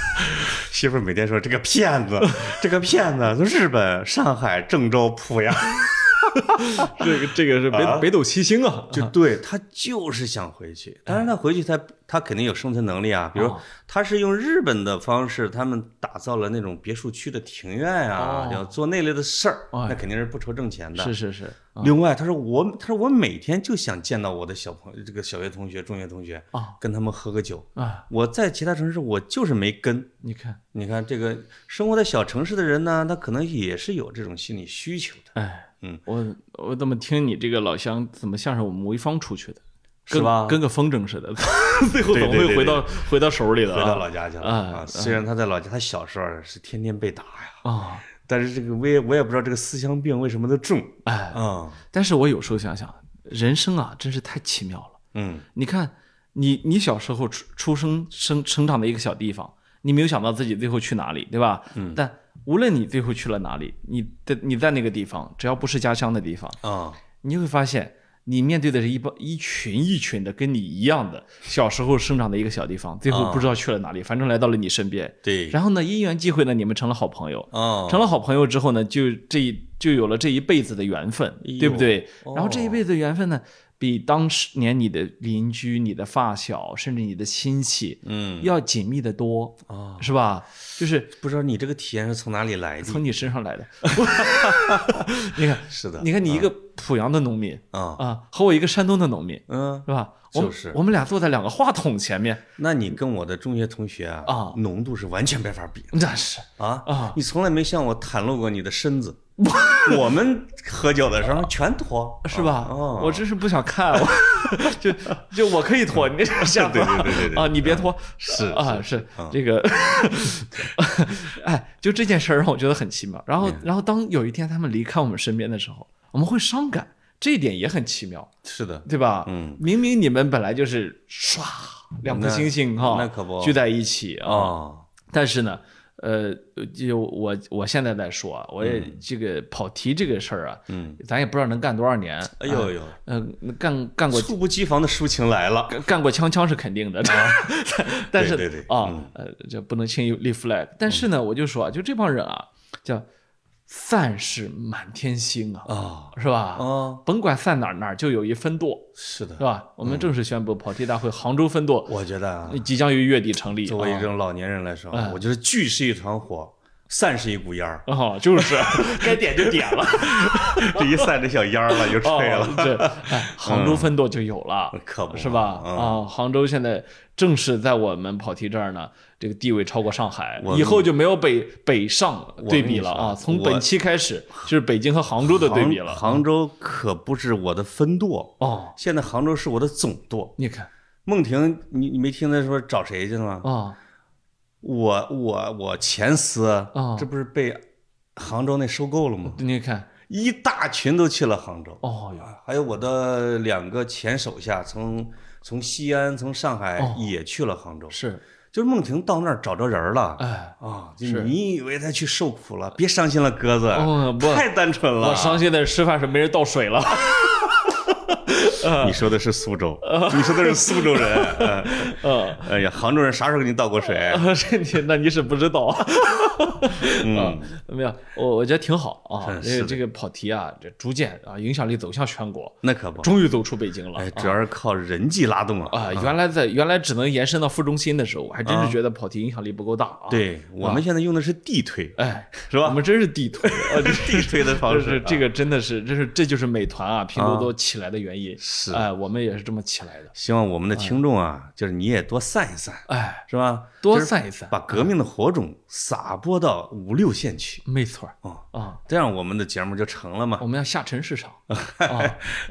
[SPEAKER 2] <laughs> 媳妇儿每天说这个骗子，这个骗子，从日本、上海、郑州、
[SPEAKER 1] <laughs>
[SPEAKER 2] 濮阳，
[SPEAKER 1] 这个这个是北
[SPEAKER 2] 啊
[SPEAKER 1] 北斗七星啊，
[SPEAKER 2] 就对他就是想回去。当然，他回去他他肯定有生存能力啊，比如
[SPEAKER 1] 哦
[SPEAKER 2] 他是用日本的方式，他们打造了那种别墅区的庭院啊
[SPEAKER 1] 哦，
[SPEAKER 2] 要做那类的事儿，
[SPEAKER 1] 哎
[SPEAKER 2] 那肯定是不愁挣钱的。
[SPEAKER 1] 是是是啊
[SPEAKER 2] 另外，他说我，他说我每天就想见到我的小朋友，这个小学同学、中学同学，
[SPEAKER 1] 啊
[SPEAKER 2] 跟他们喝个酒。
[SPEAKER 1] 啊，
[SPEAKER 2] 我在其他城市我就是没跟。
[SPEAKER 1] 你看，
[SPEAKER 2] 你看这个生活在小城市的人呢，他可能也是有这种心理需求的，
[SPEAKER 1] 哎，
[SPEAKER 2] 嗯，
[SPEAKER 1] 我我怎么听你这个老乡怎么像是我们潍坊出去的，
[SPEAKER 2] 是吧？
[SPEAKER 1] 跟个风筝似的， <laughs> 最后
[SPEAKER 2] 对
[SPEAKER 1] 总
[SPEAKER 2] 对
[SPEAKER 1] 会
[SPEAKER 2] 对
[SPEAKER 1] 回
[SPEAKER 2] 对
[SPEAKER 1] 到回到手里的
[SPEAKER 2] 回
[SPEAKER 1] 啊，
[SPEAKER 2] 到老家去了
[SPEAKER 1] 啊
[SPEAKER 2] 啊。虽然他在老家，他小时候是天天被打呀，
[SPEAKER 1] 啊，
[SPEAKER 2] 但是这个我也我也不知道这个思乡病为什么的重
[SPEAKER 1] 哎，
[SPEAKER 2] 啊。
[SPEAKER 1] 但是我有时候想想，人生啊，真是太奇妙了。
[SPEAKER 2] 嗯，
[SPEAKER 1] 你看，你你小时候出出生生成长的一个小地方，你没有想到自己最后去哪里，对吧？嗯。但无论你最后去了哪里，你的你在那个地方，只要不是家乡的地方，
[SPEAKER 2] 啊，
[SPEAKER 1] 你会发现，你面对的是一帮一群一群的跟你一样的小时候生长的一个小地方，最后
[SPEAKER 2] 啊
[SPEAKER 1] 不知道去了哪里，反正来到了你身边。
[SPEAKER 2] 对，
[SPEAKER 1] 然后呢，因缘际会呢，你们成了好朋友。
[SPEAKER 2] 啊，
[SPEAKER 1] 成了好朋友之后呢，就这一就有了这一辈子的缘分，
[SPEAKER 2] 哎呦
[SPEAKER 1] 对不对？
[SPEAKER 2] 哦
[SPEAKER 1] 然后这一辈子的缘分呢，比当时年你的邻居、你的发小，甚至你的亲戚
[SPEAKER 2] 嗯
[SPEAKER 1] 要紧密的多，
[SPEAKER 2] 啊，
[SPEAKER 1] 是吧？就是
[SPEAKER 2] 不知道你这个体验是从哪里来的？
[SPEAKER 1] 从你身上
[SPEAKER 2] <laughs>
[SPEAKER 1] 来的。 <laughs> 你看，
[SPEAKER 2] 是的，
[SPEAKER 1] 你看你一个
[SPEAKER 2] 嗯
[SPEAKER 1] 濮阳的农民
[SPEAKER 2] 啊，
[SPEAKER 1] 啊，和我一个山东的农民，
[SPEAKER 2] 嗯，
[SPEAKER 1] 是吧？我们
[SPEAKER 2] 就是
[SPEAKER 1] 我们俩坐在两个话筒前
[SPEAKER 2] <laughs>
[SPEAKER 1] 面，
[SPEAKER 2] 那你跟我的中学同学啊，
[SPEAKER 1] 啊
[SPEAKER 2] 浓度是完全没法比的。
[SPEAKER 1] 那是
[SPEAKER 2] 啊
[SPEAKER 1] 啊
[SPEAKER 2] 你从来没向我袒露过你的身子。 <laughs> 我们喝酒的时候全脱，
[SPEAKER 1] 是吧？
[SPEAKER 2] 哦
[SPEAKER 1] 我真是不想看，我 <laughs> 就就我可以脱，你这下
[SPEAKER 2] 嗯对对对对对嗯
[SPEAKER 1] 啊，你别脱，
[SPEAKER 2] 是嗯
[SPEAKER 1] 啊是这个， <laughs> 哎，就这件事儿让我觉得很奇妙。然后
[SPEAKER 2] 嗯
[SPEAKER 1] 然后当有一天他们离开我们身边的时候，我们会伤感，这一点也很奇妙，
[SPEAKER 2] 是的，
[SPEAKER 1] 对吧？
[SPEAKER 2] 嗯，
[SPEAKER 1] 明明你们本来就是唰两颗
[SPEAKER 2] 那
[SPEAKER 1] 星星哈，
[SPEAKER 2] 那可不
[SPEAKER 1] 聚在一起啊，
[SPEAKER 2] 哦，
[SPEAKER 1] 但是呢，呃，就我我现在在说啊，我也这个跑题这个事儿啊，
[SPEAKER 2] 嗯，
[SPEAKER 1] 咱也不知道能干多少年。
[SPEAKER 2] 哎呦呦，
[SPEAKER 1] 嗯、干干过
[SPEAKER 2] 猝不及防的抒情来了，
[SPEAKER 1] 干干过枪枪是肯定的， <laughs> 但是
[SPEAKER 2] 啊对对嗯对
[SPEAKER 1] 啊，呃，这不能轻易立 flag。但是呢，我就说啊，就这帮人啊，叫散是满天星啊，
[SPEAKER 2] 啊
[SPEAKER 1] 是吧？
[SPEAKER 2] 啊，
[SPEAKER 1] 甭管散哪儿哪儿就有一分舵，
[SPEAKER 2] 是的
[SPEAKER 1] 是，吧？我们正式宣布跑题大会杭州分舵
[SPEAKER 2] 嗯我觉得啊，
[SPEAKER 1] 即将于月底成立。
[SPEAKER 2] 作为
[SPEAKER 1] 啊
[SPEAKER 2] 一种老年人来说
[SPEAKER 1] 哎，，
[SPEAKER 2] 我觉得聚是一团火，散是一股烟儿 <laughs>
[SPEAKER 1] 哦，就是该点就点了。
[SPEAKER 2] 这一散这小烟儿了就吹了，
[SPEAKER 1] 哦、对，
[SPEAKER 2] <laughs>
[SPEAKER 1] 哎，杭州分舵就有了，
[SPEAKER 2] 可不
[SPEAKER 1] 是吧？啊、
[SPEAKER 2] 嗯
[SPEAKER 1] 杭州现在正式在我们跑题这儿呢，这个地位超过上海
[SPEAKER 2] 我，
[SPEAKER 1] 以后就没有北北上对比了啊。
[SPEAKER 2] 我跟你说
[SPEAKER 1] 从本期开始就是北京和杭州的对比
[SPEAKER 2] 杭
[SPEAKER 1] 了。嗯
[SPEAKER 2] 杭州可不是我的分舵，
[SPEAKER 1] 哦，
[SPEAKER 2] 现在杭州是我的总舵。
[SPEAKER 1] 你看
[SPEAKER 2] 孟婷，你你没听她说找谁去了吗？
[SPEAKER 1] 啊
[SPEAKER 2] 我我我前司，
[SPEAKER 1] 啊
[SPEAKER 2] 这不是被杭州那收购了吗？
[SPEAKER 1] 你看，
[SPEAKER 2] 一大群都去了杭州，
[SPEAKER 1] 哦哟，
[SPEAKER 2] 还有我的两个前手下从从西安、从上海
[SPEAKER 1] 哦
[SPEAKER 2] 也去了杭州。
[SPEAKER 1] 是，
[SPEAKER 2] 就是孟婷到那儿找着人了
[SPEAKER 1] 哎，
[SPEAKER 2] 啊！就是你以为她去受苦了？别伤心了，鸽子，
[SPEAKER 1] 哦不
[SPEAKER 2] 太单纯了
[SPEAKER 1] 我。伤心的是吃饭时没人倒水了。 <laughs>
[SPEAKER 2] 你说的是苏州，啊 <laughs> 你说的是苏州人。
[SPEAKER 1] <laughs>
[SPEAKER 2] 嗯
[SPEAKER 1] 嗯，
[SPEAKER 2] 哎呀，杭州人啥时候给你倒过水？
[SPEAKER 1] 这你那你是不知道。
[SPEAKER 2] 嗯，
[SPEAKER 1] <laughs> 没有，我我觉得挺好啊。
[SPEAKER 2] 嗯
[SPEAKER 1] 这
[SPEAKER 2] 是
[SPEAKER 1] 个
[SPEAKER 2] 的
[SPEAKER 1] 这个跑题啊，这逐渐啊影响力走向全国，
[SPEAKER 2] 那可不。
[SPEAKER 1] 终于走出北京了。
[SPEAKER 2] 哎，主要是靠人际拉动啊。
[SPEAKER 1] 啊、原来在原来只能延伸到副中心的时候，我还真是觉得跑题影响力不够大啊。，
[SPEAKER 2] 对我们现在用的是地推，
[SPEAKER 1] 哎，
[SPEAKER 2] 是
[SPEAKER 1] 我
[SPEAKER 2] <laughs> 吧？
[SPEAKER 1] 们真是地推，啊，
[SPEAKER 2] 这是地推的方
[SPEAKER 1] 就
[SPEAKER 2] 式
[SPEAKER 1] <laughs> 是
[SPEAKER 2] 啊。
[SPEAKER 1] 这个真的是，这是这就是美团啊、拼多多起来的原因。
[SPEAKER 2] 是
[SPEAKER 1] 哎，我们也是这么起来的。
[SPEAKER 2] 希望我们的听众啊，就是你也多散一散，
[SPEAKER 1] 哎，
[SPEAKER 2] 是吧？
[SPEAKER 1] 多
[SPEAKER 2] 就是
[SPEAKER 1] 散一散，
[SPEAKER 2] 把革命的火种撒播到五六线去，
[SPEAKER 1] 没错儿
[SPEAKER 2] 哦
[SPEAKER 1] 啊、
[SPEAKER 2] 这样我们的节目就成了嘛
[SPEAKER 1] 我。们要下沉市
[SPEAKER 2] <laughs>
[SPEAKER 1] 场啊，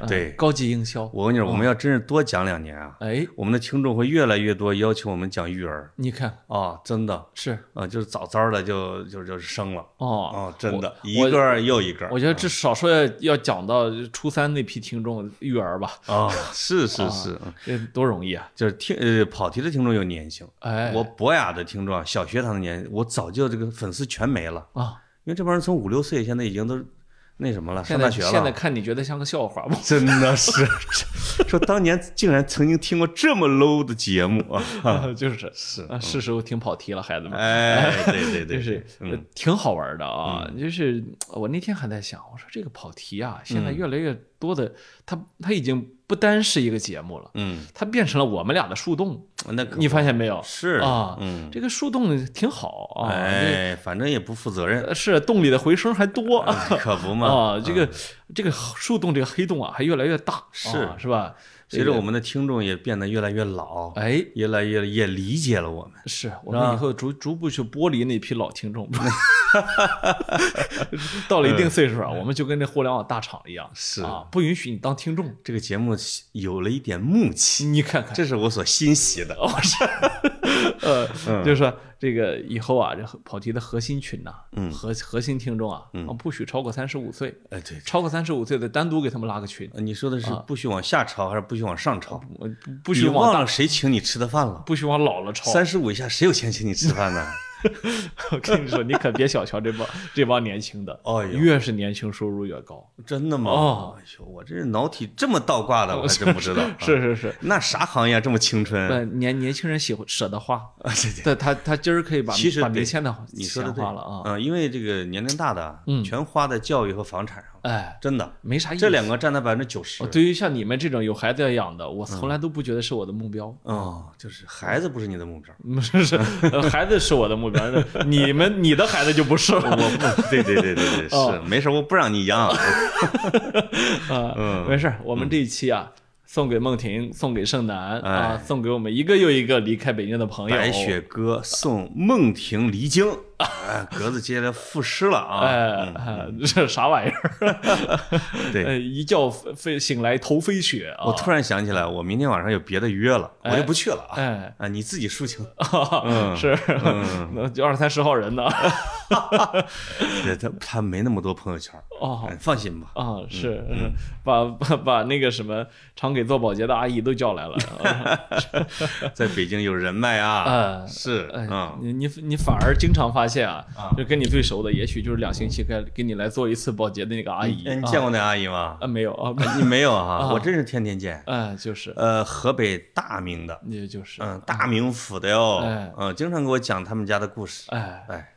[SPEAKER 1] 嗯
[SPEAKER 2] 对
[SPEAKER 1] 高级营销。
[SPEAKER 2] 我跟你说，
[SPEAKER 1] 哦
[SPEAKER 2] 我们要真是多讲两年啊，
[SPEAKER 1] 哎，
[SPEAKER 2] 我们的听众会越来越多要求我们讲育儿
[SPEAKER 1] 你看
[SPEAKER 2] 啊，真的
[SPEAKER 1] 是
[SPEAKER 2] 啊，就是早早的就就就是生了
[SPEAKER 1] 哦，
[SPEAKER 2] 啊，真的
[SPEAKER 1] 我
[SPEAKER 2] 一个儿又一个儿
[SPEAKER 1] 我觉得至少说要要讲到初三那批听众育儿吧，
[SPEAKER 2] 啊，是是是，嗯
[SPEAKER 1] 这多容易啊！
[SPEAKER 2] 就是听呃跑题的听众有粘性，
[SPEAKER 1] 哎，
[SPEAKER 2] 我博雅的听众啊，小学堂的年，我早就这个粉丝全没了，
[SPEAKER 1] 啊，
[SPEAKER 2] 因为这帮人从五六岁现在已经都那什么了，上
[SPEAKER 1] 现
[SPEAKER 2] 大
[SPEAKER 1] 在
[SPEAKER 2] 学了，
[SPEAKER 1] 现在看你觉得像个笑话吗？
[SPEAKER 2] 真的是 <laughs> 说当年竟然曾经听过这么 low 的节目啊！
[SPEAKER 1] <laughs>
[SPEAKER 2] 嗯
[SPEAKER 1] 就是是啊，是时候听跑题了，孩子们。
[SPEAKER 2] 哎，对对对，
[SPEAKER 1] <laughs> 就是呃
[SPEAKER 2] 嗯
[SPEAKER 1] 挺好玩的啊。就是我那天还在想，我说这个跑题啊，现在
[SPEAKER 2] 嗯
[SPEAKER 1] 越来越多的，它它已经不单是一个节目了，
[SPEAKER 2] 嗯，
[SPEAKER 1] 它变成了我们俩的树洞，
[SPEAKER 2] 那哎可
[SPEAKER 1] 呃你发现没有？
[SPEAKER 2] 是
[SPEAKER 1] 啊
[SPEAKER 2] 嗯，
[SPEAKER 1] 这个树洞挺好啊，
[SPEAKER 2] 哎，反正也不负责
[SPEAKER 1] 这
[SPEAKER 2] 任，
[SPEAKER 1] 个是洞里的回声还多啊。
[SPEAKER 2] 可不嘛。嗯
[SPEAKER 1] 啊，这个这个树洞这个黑洞啊，还越来越大，啊
[SPEAKER 2] 是
[SPEAKER 1] 是吧？
[SPEAKER 2] 随着我
[SPEAKER 1] 们
[SPEAKER 2] 们的听众也变得越来越老，
[SPEAKER 1] 哎，
[SPEAKER 2] 越来越也理解了我们。
[SPEAKER 1] 是我们以后逐逐步去剥离那批老听众， <laughs> 到了一定岁数啊，我们就跟这互联网大厂一样，
[SPEAKER 2] 嗯是
[SPEAKER 1] 啊，不允许你当听众。
[SPEAKER 2] 这个节目有了一点木气，
[SPEAKER 1] 你看看，
[SPEAKER 2] 这是我所欣喜的。
[SPEAKER 1] 哦呃，
[SPEAKER 2] 嗯
[SPEAKER 1] 就是说这个以后啊，这跑题的核心群呐、
[SPEAKER 2] 嗯
[SPEAKER 1] 核核心听众啊，啊不许超过三十五岁，
[SPEAKER 2] 哎，对，
[SPEAKER 1] 超过三十五岁的单独给他们拉个群，
[SPEAKER 2] 呃你说的是不许往下抄还是不许往上抄？
[SPEAKER 1] 我啊不不
[SPEAKER 2] 你
[SPEAKER 1] 许往
[SPEAKER 2] 忘
[SPEAKER 1] 大，
[SPEAKER 2] 了谁请你吃的饭了？
[SPEAKER 1] 不许往老了超。
[SPEAKER 2] 三十五以下谁有钱请你吃
[SPEAKER 1] <laughs>
[SPEAKER 2] 饭呢？
[SPEAKER 1] 我跟你说，你可别小瞧这帮这帮年轻的，
[SPEAKER 2] 哎呦
[SPEAKER 1] 越是年轻收入越高。
[SPEAKER 2] 真的吗？
[SPEAKER 1] 哦。
[SPEAKER 2] 哎呦，我这脑体这么倒挂的，我还真不知道
[SPEAKER 1] <laughs> 是是是
[SPEAKER 2] 啊，，那啥行业这么青春？
[SPEAKER 1] 对年年轻人喜欢舍得花，
[SPEAKER 2] 啊， <laughs> 对
[SPEAKER 1] <laughs>
[SPEAKER 2] 对，
[SPEAKER 1] 对他他今儿可以把
[SPEAKER 2] 其实
[SPEAKER 1] 把
[SPEAKER 2] 对
[SPEAKER 1] 明天的
[SPEAKER 2] 你说的
[SPEAKER 1] 钱
[SPEAKER 2] 对
[SPEAKER 1] 花了啊，
[SPEAKER 2] 嗯，因为这个年龄大的啊
[SPEAKER 1] 嗯，
[SPEAKER 2] 全花在教育和房产上了，
[SPEAKER 1] 哎，
[SPEAKER 2] 真的，
[SPEAKER 1] 没啥意思。
[SPEAKER 2] 这两个占了百分之九十
[SPEAKER 1] 哦，。对于像你们这种有孩子要养的，
[SPEAKER 2] 嗯
[SPEAKER 1] 我从来都不觉得是我的目标。 <laughs>
[SPEAKER 2] 哦，就是孩子不是你的目标。
[SPEAKER 1] 嗯，是是，呃孩子是我的目标，那你们你的孩子就不是了。
[SPEAKER 2] 我不， <laughs> 对对对对对，
[SPEAKER 1] <laughs> 哦
[SPEAKER 2] 是没事，我不让你养。
[SPEAKER 1] <laughs>
[SPEAKER 2] 嗯
[SPEAKER 1] 啊，没事儿，我们这一期啊，送给孟婷，送给盛楠啊，
[SPEAKER 2] 哎
[SPEAKER 1] 送给我们一个又一个离开北京的朋友。
[SPEAKER 2] 白雪啊歌送孟婷离京，哎，格子接下来赋诗了
[SPEAKER 1] 啊哎
[SPEAKER 2] 啊！
[SPEAKER 1] 哎，这啥玩意儿？
[SPEAKER 2] <laughs> 对
[SPEAKER 1] 呃，一觉飞醒来头飞雪啊！
[SPEAKER 2] 我突然想起来，我明天晚上有别的约了，我就不去了啊！
[SPEAKER 1] 哎，
[SPEAKER 2] 啊，你自己抒情，嗯
[SPEAKER 1] 啊， <laughs> 是，那就二三十号人呢。
[SPEAKER 2] <laughs> 对他他没那么多朋友圈，
[SPEAKER 1] 哦
[SPEAKER 2] 哎嗯放心吧。
[SPEAKER 1] 啊，是，是把把把那个什么常给做保洁的阿姨都叫来了。
[SPEAKER 2] <laughs>
[SPEAKER 1] 啊
[SPEAKER 2] 在北京有人脉
[SPEAKER 1] <laughs>
[SPEAKER 2] 啊，
[SPEAKER 1] 哎
[SPEAKER 2] 是
[SPEAKER 1] 哎
[SPEAKER 2] 啊，，
[SPEAKER 1] 你你你反而经常发现啊
[SPEAKER 2] 啊，
[SPEAKER 1] 就跟你最熟的，也许就是两星期该给你来做一次保洁的那个阿姨。
[SPEAKER 2] 哎你
[SPEAKER 1] 啊
[SPEAKER 2] 见过那阿姨吗？
[SPEAKER 1] 啊？没有啊？
[SPEAKER 2] 你没有啊？
[SPEAKER 1] 啊
[SPEAKER 2] 我真是天天见。
[SPEAKER 1] 哎，就是，
[SPEAKER 2] 呃，河北大名的，
[SPEAKER 1] 也就是，
[SPEAKER 2] 嗯，大名府的哟
[SPEAKER 1] 啊哎，
[SPEAKER 2] 嗯，经常给我讲他们家的故事。
[SPEAKER 1] 哎，
[SPEAKER 2] 哎，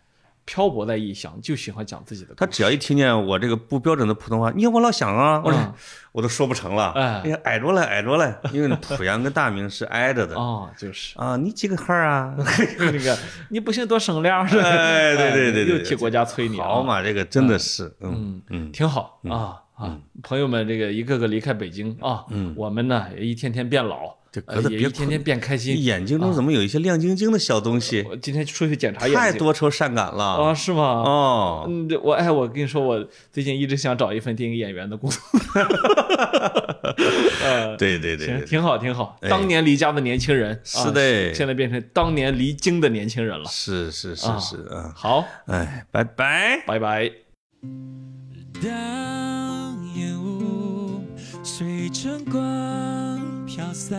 [SPEAKER 1] 漂泊在异乡，就喜欢讲自己的故
[SPEAKER 2] 他
[SPEAKER 1] 事。
[SPEAKER 2] 只要一听见我这个不标准的普通话，你看我老想啊，我
[SPEAKER 1] 嗯
[SPEAKER 2] 说我都说不成了。
[SPEAKER 1] 哎
[SPEAKER 2] 呀，挨着了，挨着了， <laughs> 因为濮阳跟大名是挨着的
[SPEAKER 1] 哦，哎就是
[SPEAKER 2] 啊。你几个孩儿
[SPEAKER 1] <laughs>
[SPEAKER 2] 啊？
[SPEAKER 1] 那个，你不信多省点儿，是吧
[SPEAKER 2] 哎，对对对对，
[SPEAKER 1] <laughs> 又替国家催你啊，
[SPEAKER 2] 好嘛，这个真的是，嗯嗯，
[SPEAKER 1] 挺好啊啊！朋友们，这个一个个离开北京啊，
[SPEAKER 2] 嗯
[SPEAKER 1] 我们呢也一天天变老
[SPEAKER 2] 这，
[SPEAKER 1] 呃
[SPEAKER 2] 格子
[SPEAKER 1] 也
[SPEAKER 2] 别
[SPEAKER 1] 一天天变开
[SPEAKER 2] 你
[SPEAKER 1] 心。
[SPEAKER 2] 眼睛中怎么有一些亮晶晶的小东西？
[SPEAKER 1] 啊哎我今天出去检查眼
[SPEAKER 2] 太
[SPEAKER 1] 睛
[SPEAKER 2] 多愁善感了
[SPEAKER 1] 啊，是吗？
[SPEAKER 2] 哦。
[SPEAKER 1] 嗯，这我哎，我跟你说，我最近一直想找一份电影演员的工作。呃，
[SPEAKER 2] 对对对
[SPEAKER 1] <laughs> 行，
[SPEAKER 2] 对，
[SPEAKER 1] 挺好，挺好。
[SPEAKER 2] 哎
[SPEAKER 1] 当年离家的年轻人，
[SPEAKER 2] 是
[SPEAKER 1] 啊
[SPEAKER 2] 的
[SPEAKER 1] 现在变成当年离京的年轻人了。
[SPEAKER 2] 是是是
[SPEAKER 1] 啊
[SPEAKER 2] 是啊，
[SPEAKER 1] 好，
[SPEAKER 2] 哎，拜拜。
[SPEAKER 1] 拜拜。
[SPEAKER 3] 当烟雾随晨光飘散，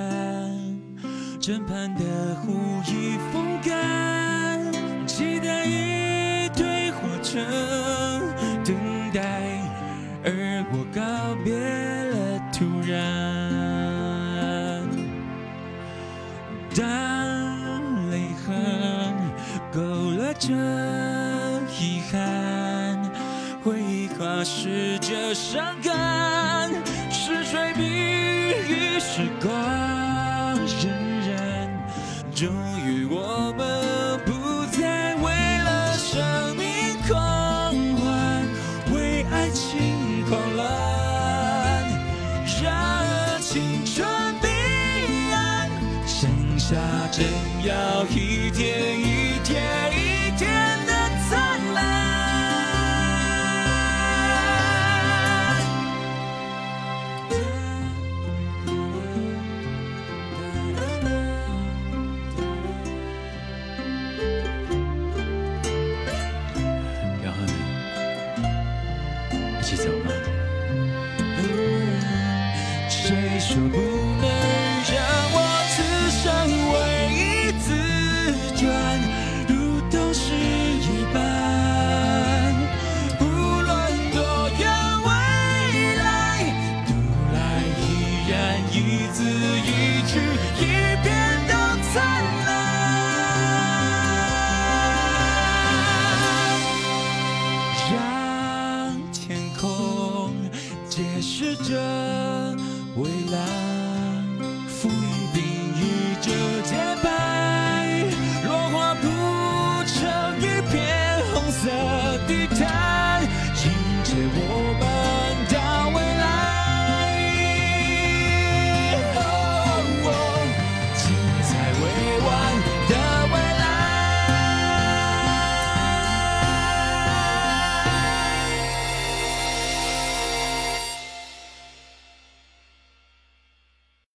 [SPEAKER 3] 枕畔的湖已风干，期待一堆火车等待，而我告别了突然。当泪痕勾勒着遗憾，回忆跨逝着伤感，是追命与时光荏苒，终于我们不再为了生命狂欢，为爱情狂澜，让青春彼岸。盛夏正要一天一天一天的灿烂。
[SPEAKER 4] 杨汉明，一起走吗？
[SPEAKER 3] 谁说不